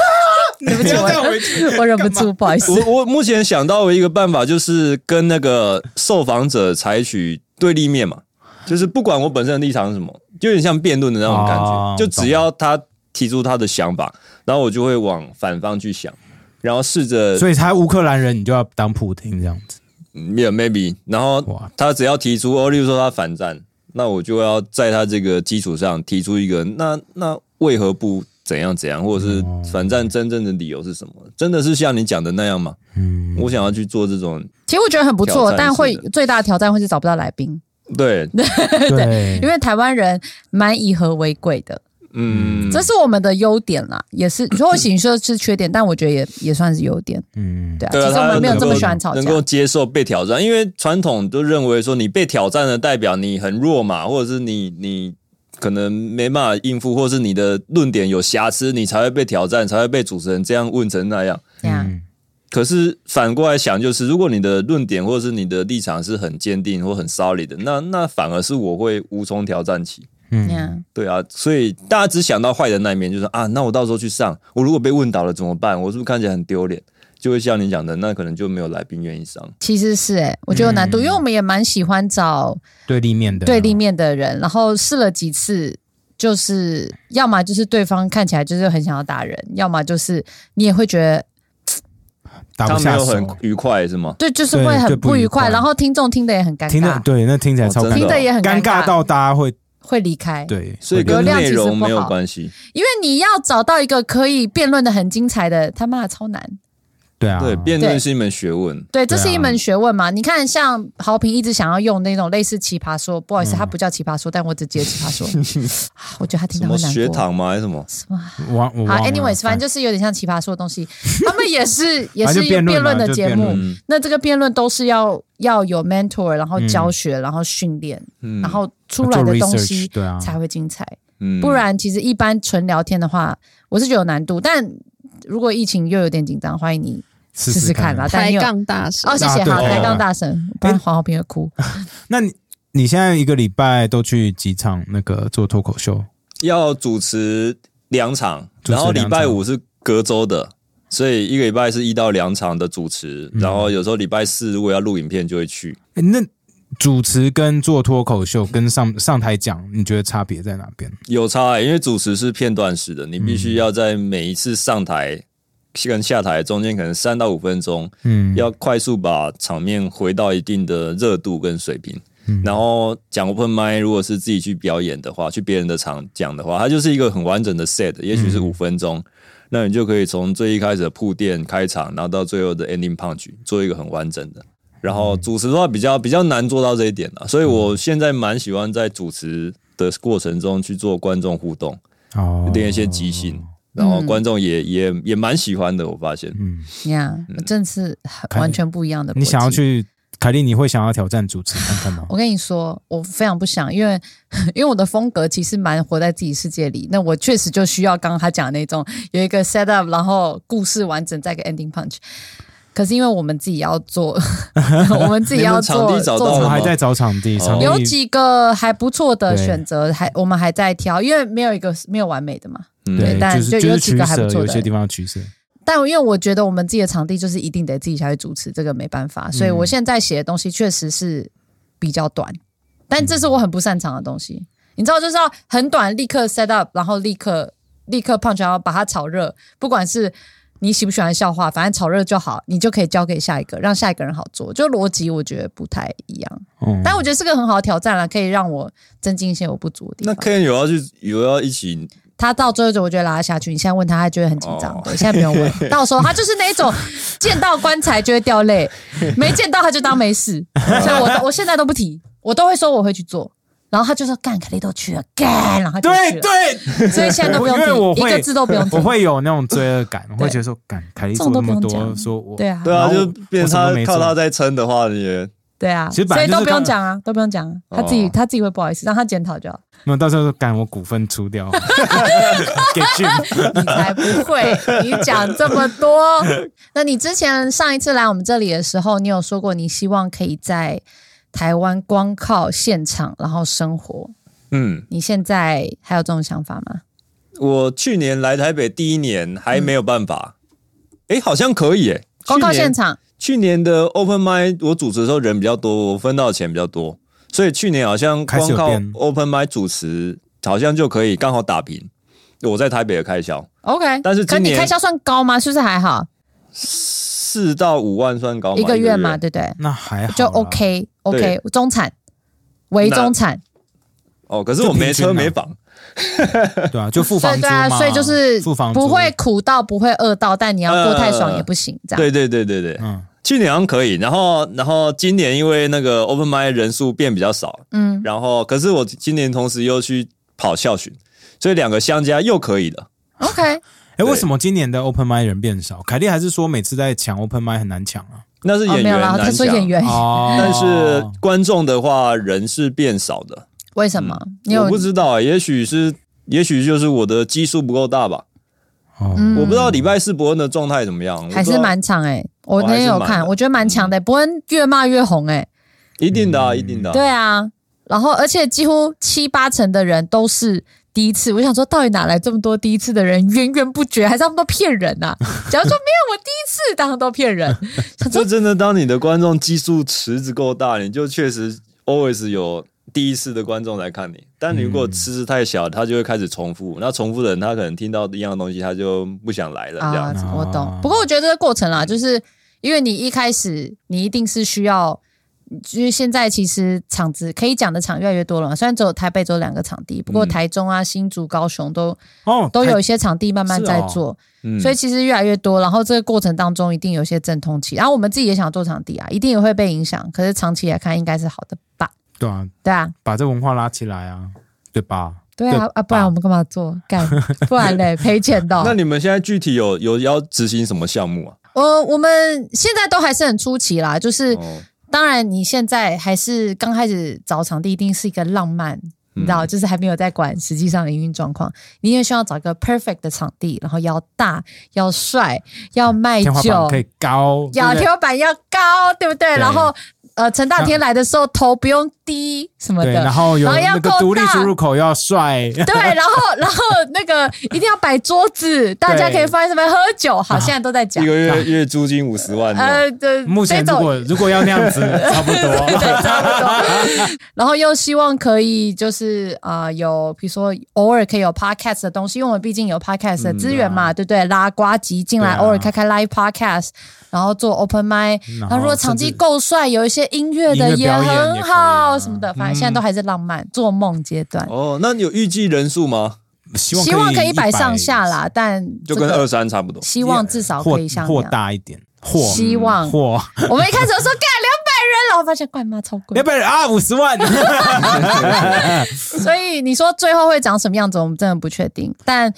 [SPEAKER 1] 对不起，
[SPEAKER 2] 不要再
[SPEAKER 1] 我
[SPEAKER 2] 回去
[SPEAKER 1] 我忍不住， 不好意 思。
[SPEAKER 4] 我我目前想到的一个办法，就是跟那个受访者采取对立面嘛，就是不管我本身的立场是什么，就有点像辩论的那种感觉，
[SPEAKER 2] 哦
[SPEAKER 4] 就只要他提出他的想法，然后我就会往反方去想，然后试着
[SPEAKER 2] 所以他乌克兰人，你就要当普丁这样子。
[SPEAKER 4] 也 maybe，然后
[SPEAKER 2] 哇
[SPEAKER 4] 他只要提出哦，例如说他反战，那我就要在他这个基础上提出一个那那为何不怎样怎样，或者是
[SPEAKER 2] 哦
[SPEAKER 4] 反战真正的理由是什么？真的是像你讲的那样吗？
[SPEAKER 2] 嗯，
[SPEAKER 4] 我想要去做这种。
[SPEAKER 1] 其实我觉得很不
[SPEAKER 4] 挑
[SPEAKER 1] 错，
[SPEAKER 4] 战
[SPEAKER 1] 但会
[SPEAKER 4] 式的
[SPEAKER 1] 最大的挑战会是找不到来宾，
[SPEAKER 4] 对，
[SPEAKER 2] 对
[SPEAKER 1] 因，为台湾人蛮以和为贵的，
[SPEAKER 4] 嗯，
[SPEAKER 1] 这是我们的优点啦，也是或许你说是缺点，但我觉得也也算是优点，
[SPEAKER 2] 嗯，
[SPEAKER 1] 对啊。
[SPEAKER 4] 对啊，
[SPEAKER 1] 其实我
[SPEAKER 4] 他
[SPEAKER 1] 们没有
[SPEAKER 4] 能
[SPEAKER 1] 这么
[SPEAKER 4] 够
[SPEAKER 1] 喜欢吵架
[SPEAKER 4] 能，够接受被挑战，因为传统都认为说你被挑战的代表你很弱嘛，或者是你你可能没办法应付，或是你的论点有瑕疵，你才会被挑战，才会被主持人这样问成那样。
[SPEAKER 1] 这样
[SPEAKER 2] 嗯
[SPEAKER 4] 可是反过来想，就是如果你的论点或者是你的立场是很坚定或很 solid 的，那那反而是我会无从挑战起。
[SPEAKER 1] 这
[SPEAKER 2] 嗯，
[SPEAKER 1] 样。
[SPEAKER 4] 对啊，所以大家只想到坏的那一面，就是啊，那我到时候去上，我如果被问倒了怎么办？我是不是看起来很丢脸？就会像你讲的，那可能就没有来宾愿意上。
[SPEAKER 1] 其实是哎、我觉得有难度，因为我们也蛮喜欢找
[SPEAKER 2] 对立面的
[SPEAKER 1] 对立面的人，然后试了几次，就是要么就是对方看起来就是很想要打人，要么就是你也会觉得
[SPEAKER 2] 打
[SPEAKER 4] 他
[SPEAKER 2] 不
[SPEAKER 4] 没
[SPEAKER 2] 下
[SPEAKER 4] 有
[SPEAKER 2] 手
[SPEAKER 4] 很，愉快是吗？
[SPEAKER 1] 对，就是
[SPEAKER 2] 对
[SPEAKER 1] 会
[SPEAKER 2] 对
[SPEAKER 1] 很
[SPEAKER 2] 不
[SPEAKER 1] 不
[SPEAKER 2] 愉
[SPEAKER 1] 愉
[SPEAKER 2] 快
[SPEAKER 1] 快，然后听众听得也很尴
[SPEAKER 2] 听的
[SPEAKER 1] 尬，
[SPEAKER 2] 对，那听起来超
[SPEAKER 4] 哦
[SPEAKER 2] 尴
[SPEAKER 4] 真
[SPEAKER 1] 听
[SPEAKER 2] 尬
[SPEAKER 4] 的，
[SPEAKER 1] 得也很
[SPEAKER 2] 尴
[SPEAKER 1] 尬
[SPEAKER 2] 尬到大家会
[SPEAKER 1] 会离开。
[SPEAKER 2] 对，
[SPEAKER 4] 所以
[SPEAKER 2] 会
[SPEAKER 4] 跟
[SPEAKER 1] 流量其
[SPEAKER 4] 内
[SPEAKER 1] 实不好
[SPEAKER 4] 容没有关系。
[SPEAKER 1] 因为你要找到一个可以辩论的很精彩的，他妈的超难。
[SPEAKER 2] 对啊，
[SPEAKER 4] 对，辩论是一门学问。
[SPEAKER 1] 对，这
[SPEAKER 2] 对啊
[SPEAKER 1] 是一门学问嘛。你看，像豪平一直想要用那种类似奇葩说，不好意
[SPEAKER 2] 嗯
[SPEAKER 1] 思，他不叫奇葩说，但我只记得奇葩说。 啊我觉得他听
[SPEAKER 4] 什
[SPEAKER 1] 到
[SPEAKER 4] 么
[SPEAKER 1] 会难过。
[SPEAKER 4] 学堂吗？还是什么？
[SPEAKER 1] 什么
[SPEAKER 2] 忘我
[SPEAKER 1] 好
[SPEAKER 2] 忘了
[SPEAKER 1] ，anyways，反正就是有点像奇葩说的东西，他们也 是也
[SPEAKER 2] 反
[SPEAKER 1] 是
[SPEAKER 2] 正
[SPEAKER 1] 一
[SPEAKER 2] 就
[SPEAKER 1] 个
[SPEAKER 2] 辩论啊
[SPEAKER 1] 辩论的
[SPEAKER 2] 就
[SPEAKER 1] 节
[SPEAKER 2] 辩
[SPEAKER 1] 目
[SPEAKER 2] 论。
[SPEAKER 4] 嗯
[SPEAKER 1] 那这个辩论都是要要有 mentor，然后教学，然后训练，
[SPEAKER 4] 嗯
[SPEAKER 1] 然后出来的东
[SPEAKER 2] 嗯做 research，
[SPEAKER 1] 西
[SPEAKER 2] 对啊
[SPEAKER 1] 才会精彩。
[SPEAKER 4] 嗯
[SPEAKER 1] 不然其实一般纯聊天的话，我是觉得有难度。但如果疫情又有点紧张，欢迎你
[SPEAKER 2] 试啊
[SPEAKER 1] 试试看啊啦。但
[SPEAKER 6] 抬
[SPEAKER 1] 你有
[SPEAKER 6] 杠大师
[SPEAKER 1] 哦，谢谢，
[SPEAKER 2] 啊对
[SPEAKER 1] 好，
[SPEAKER 4] 对
[SPEAKER 1] 抬杠
[SPEAKER 2] 对
[SPEAKER 1] 大神，不然黄浩平会哭。
[SPEAKER 2] 那你你现在一个礼拜都去几场那个做脱口秀？
[SPEAKER 4] 要主持两场，
[SPEAKER 2] 主持两场
[SPEAKER 4] 然后礼拜五是隔周的，所以一个礼拜是一到两场的主持，
[SPEAKER 2] 嗯
[SPEAKER 4] 然后有时候礼拜四如果要录影片就会去。
[SPEAKER 2] 诶那主持跟做脱口秀跟上上台讲，你觉得差别在哪边？
[SPEAKER 4] 有差、欸，因为主持是片段式的，你必
[SPEAKER 2] 嗯
[SPEAKER 4] 须要在每一次上台跟下台中间可能三到五分钟，
[SPEAKER 2] 嗯，
[SPEAKER 4] 要快速把场面回到一定的热度跟水平。
[SPEAKER 2] 嗯
[SPEAKER 4] 然后讲 open m i 如果是自己去表演的话，去别人的场讲的话，它就是一个很完整的 set，也许是
[SPEAKER 2] 嗯
[SPEAKER 4] 五分钟，那你就可以从最一开始的铺垫开场，然后到最后的 ending punch，做一个很完整的。然后主持的话比较比较难做到这一点啊了，所以我现在蛮喜欢在主持的过程中去做观众互动，
[SPEAKER 2] 哦
[SPEAKER 4] 练一些即兴，然后观众也、也也蛮喜欢的，我发现。
[SPEAKER 2] 嗯，
[SPEAKER 1] 呀，真的是很
[SPEAKER 2] 看
[SPEAKER 1] 完全不一样的。
[SPEAKER 2] 你想要？去凯莉，你会想要挑战主持看看吗？
[SPEAKER 4] 哦
[SPEAKER 1] 我跟你说，我非常不想，因为 因为我的风格其实蛮活在自己世界里。那我确实就需要刚刚他讲的那种有一个 set up，然后故事完整，再一个 ending punch。可是因为我们自己要做，我们自己要做
[SPEAKER 4] 你们场地找到
[SPEAKER 1] 做
[SPEAKER 2] 我
[SPEAKER 4] 了
[SPEAKER 2] 们
[SPEAKER 4] 吗
[SPEAKER 2] 还在找场地，
[SPEAKER 4] 哦
[SPEAKER 2] 场地
[SPEAKER 1] 有几个还不错的
[SPEAKER 2] 对
[SPEAKER 1] 选择，还我们还在挑，因为没有一个没有完美的嘛。
[SPEAKER 4] 嗯
[SPEAKER 2] 对，
[SPEAKER 1] 但
[SPEAKER 2] 就是
[SPEAKER 1] 就有
[SPEAKER 2] 是
[SPEAKER 1] 几
[SPEAKER 2] 取
[SPEAKER 1] 个还不
[SPEAKER 2] 舍，
[SPEAKER 1] 错
[SPEAKER 2] 有
[SPEAKER 1] 的
[SPEAKER 2] 些地方要取舍。
[SPEAKER 1] 但因为我觉得我们自己的场地就是一定得自己下去主持，这个没办
[SPEAKER 2] 嗯
[SPEAKER 1] 法，所以我现在写的东西确实是比较短，但
[SPEAKER 2] 嗯
[SPEAKER 1] 这是我很不擅长的东西。你知道，就是要很短，立刻 set up，然后立刻立刻 punch，然后把它炒热，不管是。你喜不喜欢笑话，反正炒热就好，你就可以交给下一个，让下一个人好做。就逻辑，我觉得不太一样，
[SPEAKER 2] 嗯，
[SPEAKER 1] 但我觉得是个很好的挑战啦，可以让我增进一些我不足的地
[SPEAKER 4] 那
[SPEAKER 1] 方。
[SPEAKER 4] Ken 有要去有要一起
[SPEAKER 1] 他到最后就我觉得拉他下去，你现在问他，他觉得很紧张。
[SPEAKER 4] 哦
[SPEAKER 1] 对，现在不用 问，到时候他就是那一种见到棺材就会掉泪，没见到他就当没事。所以我 都我现在都不提，我都会说我会去做。然后他就说干，凯莉都去了，干，然后他就去
[SPEAKER 2] 对
[SPEAKER 1] 了。
[SPEAKER 2] 对，
[SPEAKER 1] 所以现在都不用
[SPEAKER 2] 因为我
[SPEAKER 1] 提，一
[SPEAKER 2] 会
[SPEAKER 1] 个字都不用提
[SPEAKER 2] 我。会有那种罪恶感，我会觉得说，感凯莉
[SPEAKER 1] 这
[SPEAKER 2] 做
[SPEAKER 1] 种都不
[SPEAKER 2] 那么
[SPEAKER 1] 用
[SPEAKER 2] 多，
[SPEAKER 1] 讲
[SPEAKER 2] 说我
[SPEAKER 1] 对啊，
[SPEAKER 4] 对
[SPEAKER 2] 然
[SPEAKER 4] 啊，
[SPEAKER 2] 后
[SPEAKER 4] 就变成
[SPEAKER 2] 我什么都没
[SPEAKER 4] 他
[SPEAKER 2] 做
[SPEAKER 4] 靠他在撑的话，你也
[SPEAKER 1] 对啊，
[SPEAKER 2] 其实
[SPEAKER 1] 所
[SPEAKER 2] 本来
[SPEAKER 1] 以
[SPEAKER 2] 就是哦
[SPEAKER 1] 都不用
[SPEAKER 2] 刚
[SPEAKER 1] 讲啊，都不用讲啊。他自己他自己会不好意思，让他检讨就好。
[SPEAKER 2] 那到时候赶我股份出掉， 给俊。
[SPEAKER 1] 你 才不会，你讲这么 多。那你之前上一次来我们这里的时候，你有说过你希望可以在台湾光靠现场然后生活，
[SPEAKER 4] 嗯，
[SPEAKER 1] 你现在还有这种想法吗？
[SPEAKER 4] 我去年来台北第一年还没有办法，诶，好像可以诶，
[SPEAKER 1] 光靠
[SPEAKER 4] 去年
[SPEAKER 1] 现场，
[SPEAKER 4] 去年的 Open Mic 我主持的时候人比较多，我分到的钱比较多，所以去年好像
[SPEAKER 2] 开
[SPEAKER 4] 光
[SPEAKER 2] 始有
[SPEAKER 4] 靠
[SPEAKER 2] 变
[SPEAKER 4] Open Mic 主持好像就可以刚好打平我在台北的开销，
[SPEAKER 1] OK，
[SPEAKER 4] 但是
[SPEAKER 1] 可
[SPEAKER 4] 今
[SPEAKER 1] 你
[SPEAKER 4] 年
[SPEAKER 1] 开销算高吗？是不是还好
[SPEAKER 4] 四到五万算高吗
[SPEAKER 1] 一个月嘛，
[SPEAKER 4] 嘛，
[SPEAKER 1] 对不对？
[SPEAKER 2] 那还好啦，
[SPEAKER 1] 就 OK
[SPEAKER 4] 啊对
[SPEAKER 1] OK 中产，为中产，
[SPEAKER 4] 哦，可是我没
[SPEAKER 2] 就
[SPEAKER 4] 车
[SPEAKER 2] 平均啊
[SPEAKER 4] 没房，
[SPEAKER 2] 对啊，就付
[SPEAKER 1] 所
[SPEAKER 2] 房
[SPEAKER 1] 以
[SPEAKER 2] 租
[SPEAKER 1] 对啊，
[SPEAKER 2] 嘛，
[SPEAKER 1] 所以就是
[SPEAKER 2] 付房租
[SPEAKER 1] 不会，苦到不会饿到，但你要过太爽
[SPEAKER 4] 呃
[SPEAKER 1] 也不行，这样
[SPEAKER 4] 对对对对对，
[SPEAKER 2] 嗯，
[SPEAKER 4] 去年好像可以，然后然后今年因为那个 Open Mic 人数变比较少，
[SPEAKER 1] 嗯，
[SPEAKER 4] 然后可是我今年同时又去跑校巡，所以两个相加又可以了。
[SPEAKER 1] OK。
[SPEAKER 2] 哎，
[SPEAKER 4] 对
[SPEAKER 2] 为什么今年的 Open m i 人变少？凯莉还是说每次在抢 Open m i 很难抢啊？
[SPEAKER 4] 那是
[SPEAKER 1] 哦，
[SPEAKER 4] 演
[SPEAKER 1] 没有
[SPEAKER 4] 员
[SPEAKER 1] 啦，他
[SPEAKER 4] 难
[SPEAKER 1] 说
[SPEAKER 4] 讲，
[SPEAKER 1] 演员，
[SPEAKER 2] 哦，
[SPEAKER 4] 但是观众的话人是变少的。
[SPEAKER 1] 为什么？你有
[SPEAKER 4] 我不知道、欸，也许是也许就是我的基数不够大吧。
[SPEAKER 2] 哦
[SPEAKER 1] 嗯
[SPEAKER 4] 我不知道礼拜四伯恩的状态怎么样，
[SPEAKER 1] 还是
[SPEAKER 4] 我不知道
[SPEAKER 1] 蛮长哎、我
[SPEAKER 4] 哦
[SPEAKER 1] 那天有
[SPEAKER 4] 还是蛮
[SPEAKER 1] 看，
[SPEAKER 4] 的
[SPEAKER 1] 我觉得蛮强的、伯恩越骂越红哎、
[SPEAKER 4] 一定的、啊，一定的、啊。
[SPEAKER 1] 对啊，然后而且几乎七八成的人都是第一次，我想说到底哪来这么多第一次的人源源不绝，还是他们都骗人啊？假如说没有我第一次，当然都骗 人。想
[SPEAKER 4] 这
[SPEAKER 1] 说
[SPEAKER 4] 真的，当你的观众基数池子够大，你就确实 always 有第一次的观众来看你。但你如果池子太小，他就会开始重复。那重复的人，他可能听到一样的东西，他就不想来了。这
[SPEAKER 1] 啊
[SPEAKER 4] 样，
[SPEAKER 2] 子，
[SPEAKER 1] 我懂。不过我觉得这个过程啦，就是因为你一开始你一定是需要就是现在其实场子可以讲的场越来越多了嘛，虽然只有台北只有两个场地，不过
[SPEAKER 4] 嗯
[SPEAKER 1] 台中啊、新竹、高雄都
[SPEAKER 2] 哦，
[SPEAKER 1] 都有
[SPEAKER 2] 台
[SPEAKER 1] 一些场地慢慢
[SPEAKER 2] 是
[SPEAKER 1] 在
[SPEAKER 2] 哦
[SPEAKER 1] 做，
[SPEAKER 4] 嗯
[SPEAKER 1] 所以其实越来越多。然后这个过程当中一定有一些阵痛期，然后我们自己也想做场地啊，一定也会被影响。可是长期来看应该是好的吧？
[SPEAKER 2] 对啊，
[SPEAKER 1] 对啊，
[SPEAKER 2] 把这文化拉起来啊，对吧？
[SPEAKER 1] 对啊
[SPEAKER 2] 对
[SPEAKER 1] 啊，不然
[SPEAKER 2] 吧
[SPEAKER 1] 我们干嘛做？ 干，不然嘞赔钱的哦。
[SPEAKER 4] 那你们现在具体有有要执行什么项目啊？
[SPEAKER 1] 呃，我们现在都还是很初期啦，就是、
[SPEAKER 4] 哦，
[SPEAKER 1] 当然你现在还是刚开始找场地，一定是一个浪漫。你知
[SPEAKER 2] 嗯
[SPEAKER 1] 道，就是还没有在管实际上的营运状况，你也需要找个 perfect 的场地，然后要大、要帅、要卖
[SPEAKER 2] 天花板
[SPEAKER 1] 酒，
[SPEAKER 2] 可以高，对
[SPEAKER 1] 要
[SPEAKER 2] 不对
[SPEAKER 1] 哎天花板要高，对不对？
[SPEAKER 2] 对
[SPEAKER 1] 然后呃，陈大天来的时候头不用低什么
[SPEAKER 2] 对，然
[SPEAKER 1] 的。
[SPEAKER 2] 后有
[SPEAKER 1] 然后要
[SPEAKER 2] 那个
[SPEAKER 1] 够
[SPEAKER 2] 独立
[SPEAKER 1] 大
[SPEAKER 2] 出入口要帅，
[SPEAKER 1] 对，然后，然后那个一定要摆桌子，大家可以放在上面喝酒。好，现在都在讲
[SPEAKER 4] 一，个 月月租金五十万，
[SPEAKER 1] 呃，对，
[SPEAKER 2] 目前
[SPEAKER 1] 这
[SPEAKER 2] 如
[SPEAKER 1] 种
[SPEAKER 2] 果如果要那样子，差不多。
[SPEAKER 1] 对，差不多。 然后又希望可以就是啊、呃有比如说偶尔可以有 podcast 的东西，因为我们毕竟有 podcast 的资源嘛，对不对？拉呱吉进来，
[SPEAKER 2] 嗯啊对啊
[SPEAKER 1] 偶尔开开 live podcast，然后做 open mic，然
[SPEAKER 2] 然后
[SPEAKER 1] 后如果场地
[SPEAKER 2] 甚至
[SPEAKER 1] 够帅，有一些音乐
[SPEAKER 2] 音
[SPEAKER 1] 的
[SPEAKER 2] 乐表演也可
[SPEAKER 1] 很
[SPEAKER 2] 以
[SPEAKER 1] 好
[SPEAKER 2] 啊
[SPEAKER 1] 什么的，反正现在都还是浪漫做梦阶段。
[SPEAKER 4] 哦，那你有预计人数吗？
[SPEAKER 2] 希
[SPEAKER 1] 希望可以摆
[SPEAKER 2] 摆
[SPEAKER 1] 上下，啦，但
[SPEAKER 4] 就
[SPEAKER 1] 这
[SPEAKER 4] 跟
[SPEAKER 1] 个
[SPEAKER 4] 二三差不 多。
[SPEAKER 1] 希望至少
[SPEAKER 2] 或
[SPEAKER 1] 可以像
[SPEAKER 2] 或
[SPEAKER 1] 那样。
[SPEAKER 2] 大一点，或
[SPEAKER 1] 希望
[SPEAKER 2] 或
[SPEAKER 1] 我们一开始就说干两百人，然后发现干妈超贵
[SPEAKER 2] 要，不然啊五十 万，
[SPEAKER 1] 所以你说最后会长什么样子，我们真的不确定。但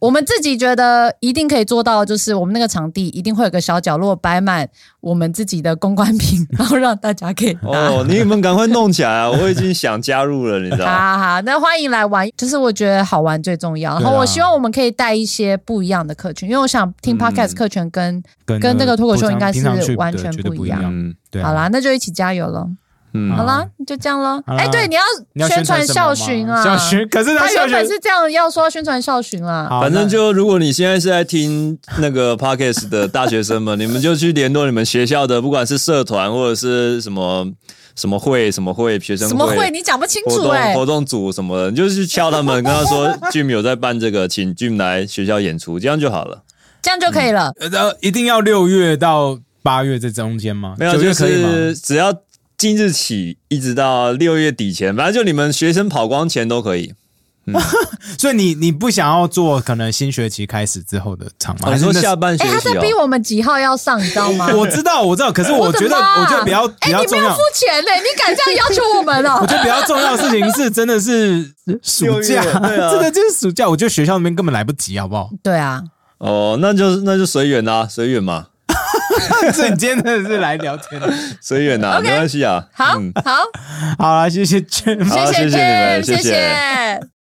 [SPEAKER 1] 我们自己觉得一定可以做到，就是我们那个场地一定会有个小角落摆满我们自己的公关品，然后让大家可以拿。
[SPEAKER 4] 哦，你们赶快弄起来啊！我已经想加入了，你知道 吗？
[SPEAKER 1] 哈哈，那欢迎来玩，就是我觉得好玩最重要。然后
[SPEAKER 2] 对啊
[SPEAKER 1] 我希望我们可以带一些不一样的客群，因为我想听
[SPEAKER 4] 嗯
[SPEAKER 1] podcast 客群跟、
[SPEAKER 2] 跟
[SPEAKER 1] 跟那个脱口秀应该是
[SPEAKER 2] 平常去的
[SPEAKER 1] 完全
[SPEAKER 2] 绝对
[SPEAKER 1] 不
[SPEAKER 2] 不
[SPEAKER 1] 一
[SPEAKER 2] 一
[SPEAKER 1] 样
[SPEAKER 2] 样。
[SPEAKER 4] 嗯
[SPEAKER 2] 对啊，
[SPEAKER 1] 好啦，那就一起加油喽。
[SPEAKER 4] 嗯
[SPEAKER 1] 好啦，就这样喽。
[SPEAKER 2] 好啦
[SPEAKER 1] 哎，对，你
[SPEAKER 2] 啊你要
[SPEAKER 1] 要宣传
[SPEAKER 2] 什么
[SPEAKER 1] 校
[SPEAKER 2] 吗
[SPEAKER 1] 巡啊，
[SPEAKER 2] 校巡，可是他
[SPEAKER 1] 他
[SPEAKER 2] 校
[SPEAKER 1] 原
[SPEAKER 2] 巡
[SPEAKER 1] 本是这样要说要宣传校巡啊啦。
[SPEAKER 2] 好，
[SPEAKER 4] 反正
[SPEAKER 2] 那
[SPEAKER 4] 就如果你现在是在听 那个 podcast 的大学生们，你们就去联络你们学校的，不管是社团或者是什么什么会、什么会、学生
[SPEAKER 1] 什么会？你讲不清
[SPEAKER 4] 活
[SPEAKER 1] 楚
[SPEAKER 4] 动
[SPEAKER 1] 哎、
[SPEAKER 4] 活动组什么的，你就去敲他们，跟他说 Jim 有在办这个，请 Jim 来学校演出，这样就 好了。
[SPEAKER 1] 这样就可以了。
[SPEAKER 2] 呃一定要六月到八月这中间吗？
[SPEAKER 4] 没有，
[SPEAKER 2] 九
[SPEAKER 4] 就
[SPEAKER 2] 月可以吗？
[SPEAKER 4] 是只要今日起一直到六月底前，反正就你们学生跑光前都可以。
[SPEAKER 2] 所以你你不想要做可能新学期开始之后的场吗？
[SPEAKER 4] 我
[SPEAKER 2] 还是
[SPEAKER 4] 哦说
[SPEAKER 2] 那
[SPEAKER 4] 下半学
[SPEAKER 1] 哎、他
[SPEAKER 4] 期
[SPEAKER 1] 在
[SPEAKER 4] 哦
[SPEAKER 1] 逼，我们几号要上，你知道吗？
[SPEAKER 2] 我知道我知道，可是 我
[SPEAKER 1] 的
[SPEAKER 2] 觉得
[SPEAKER 1] 妈
[SPEAKER 2] 我觉得比较比
[SPEAKER 1] 哎、
[SPEAKER 2] 较
[SPEAKER 1] 你没
[SPEAKER 2] 重
[SPEAKER 1] 有
[SPEAKER 2] 要
[SPEAKER 1] 付。钱呢、你敢这样要求我们
[SPEAKER 2] 我
[SPEAKER 1] 哦、
[SPEAKER 2] 觉得比较重要的事情是，真的是暑 假，
[SPEAKER 4] 六月对啊
[SPEAKER 2] 真的就是暑假。我觉得学校那边根本来不及，好不好？
[SPEAKER 1] 对啊，
[SPEAKER 4] 哦，那就那就随缘啦，随缘嘛，
[SPEAKER 2] 所以你今天真的是来聊天的。
[SPEAKER 4] 随缘啦，
[SPEAKER 1] OK
[SPEAKER 4] 没关系啊。
[SPEAKER 1] 好、
[SPEAKER 4] 嗯
[SPEAKER 1] 好，
[SPEAKER 2] 好啦，谢谢 Jim
[SPEAKER 4] 好
[SPEAKER 1] 谢
[SPEAKER 4] 谢谢你
[SPEAKER 1] Tim，
[SPEAKER 4] 们
[SPEAKER 1] 谢
[SPEAKER 4] 谢谢
[SPEAKER 1] 谢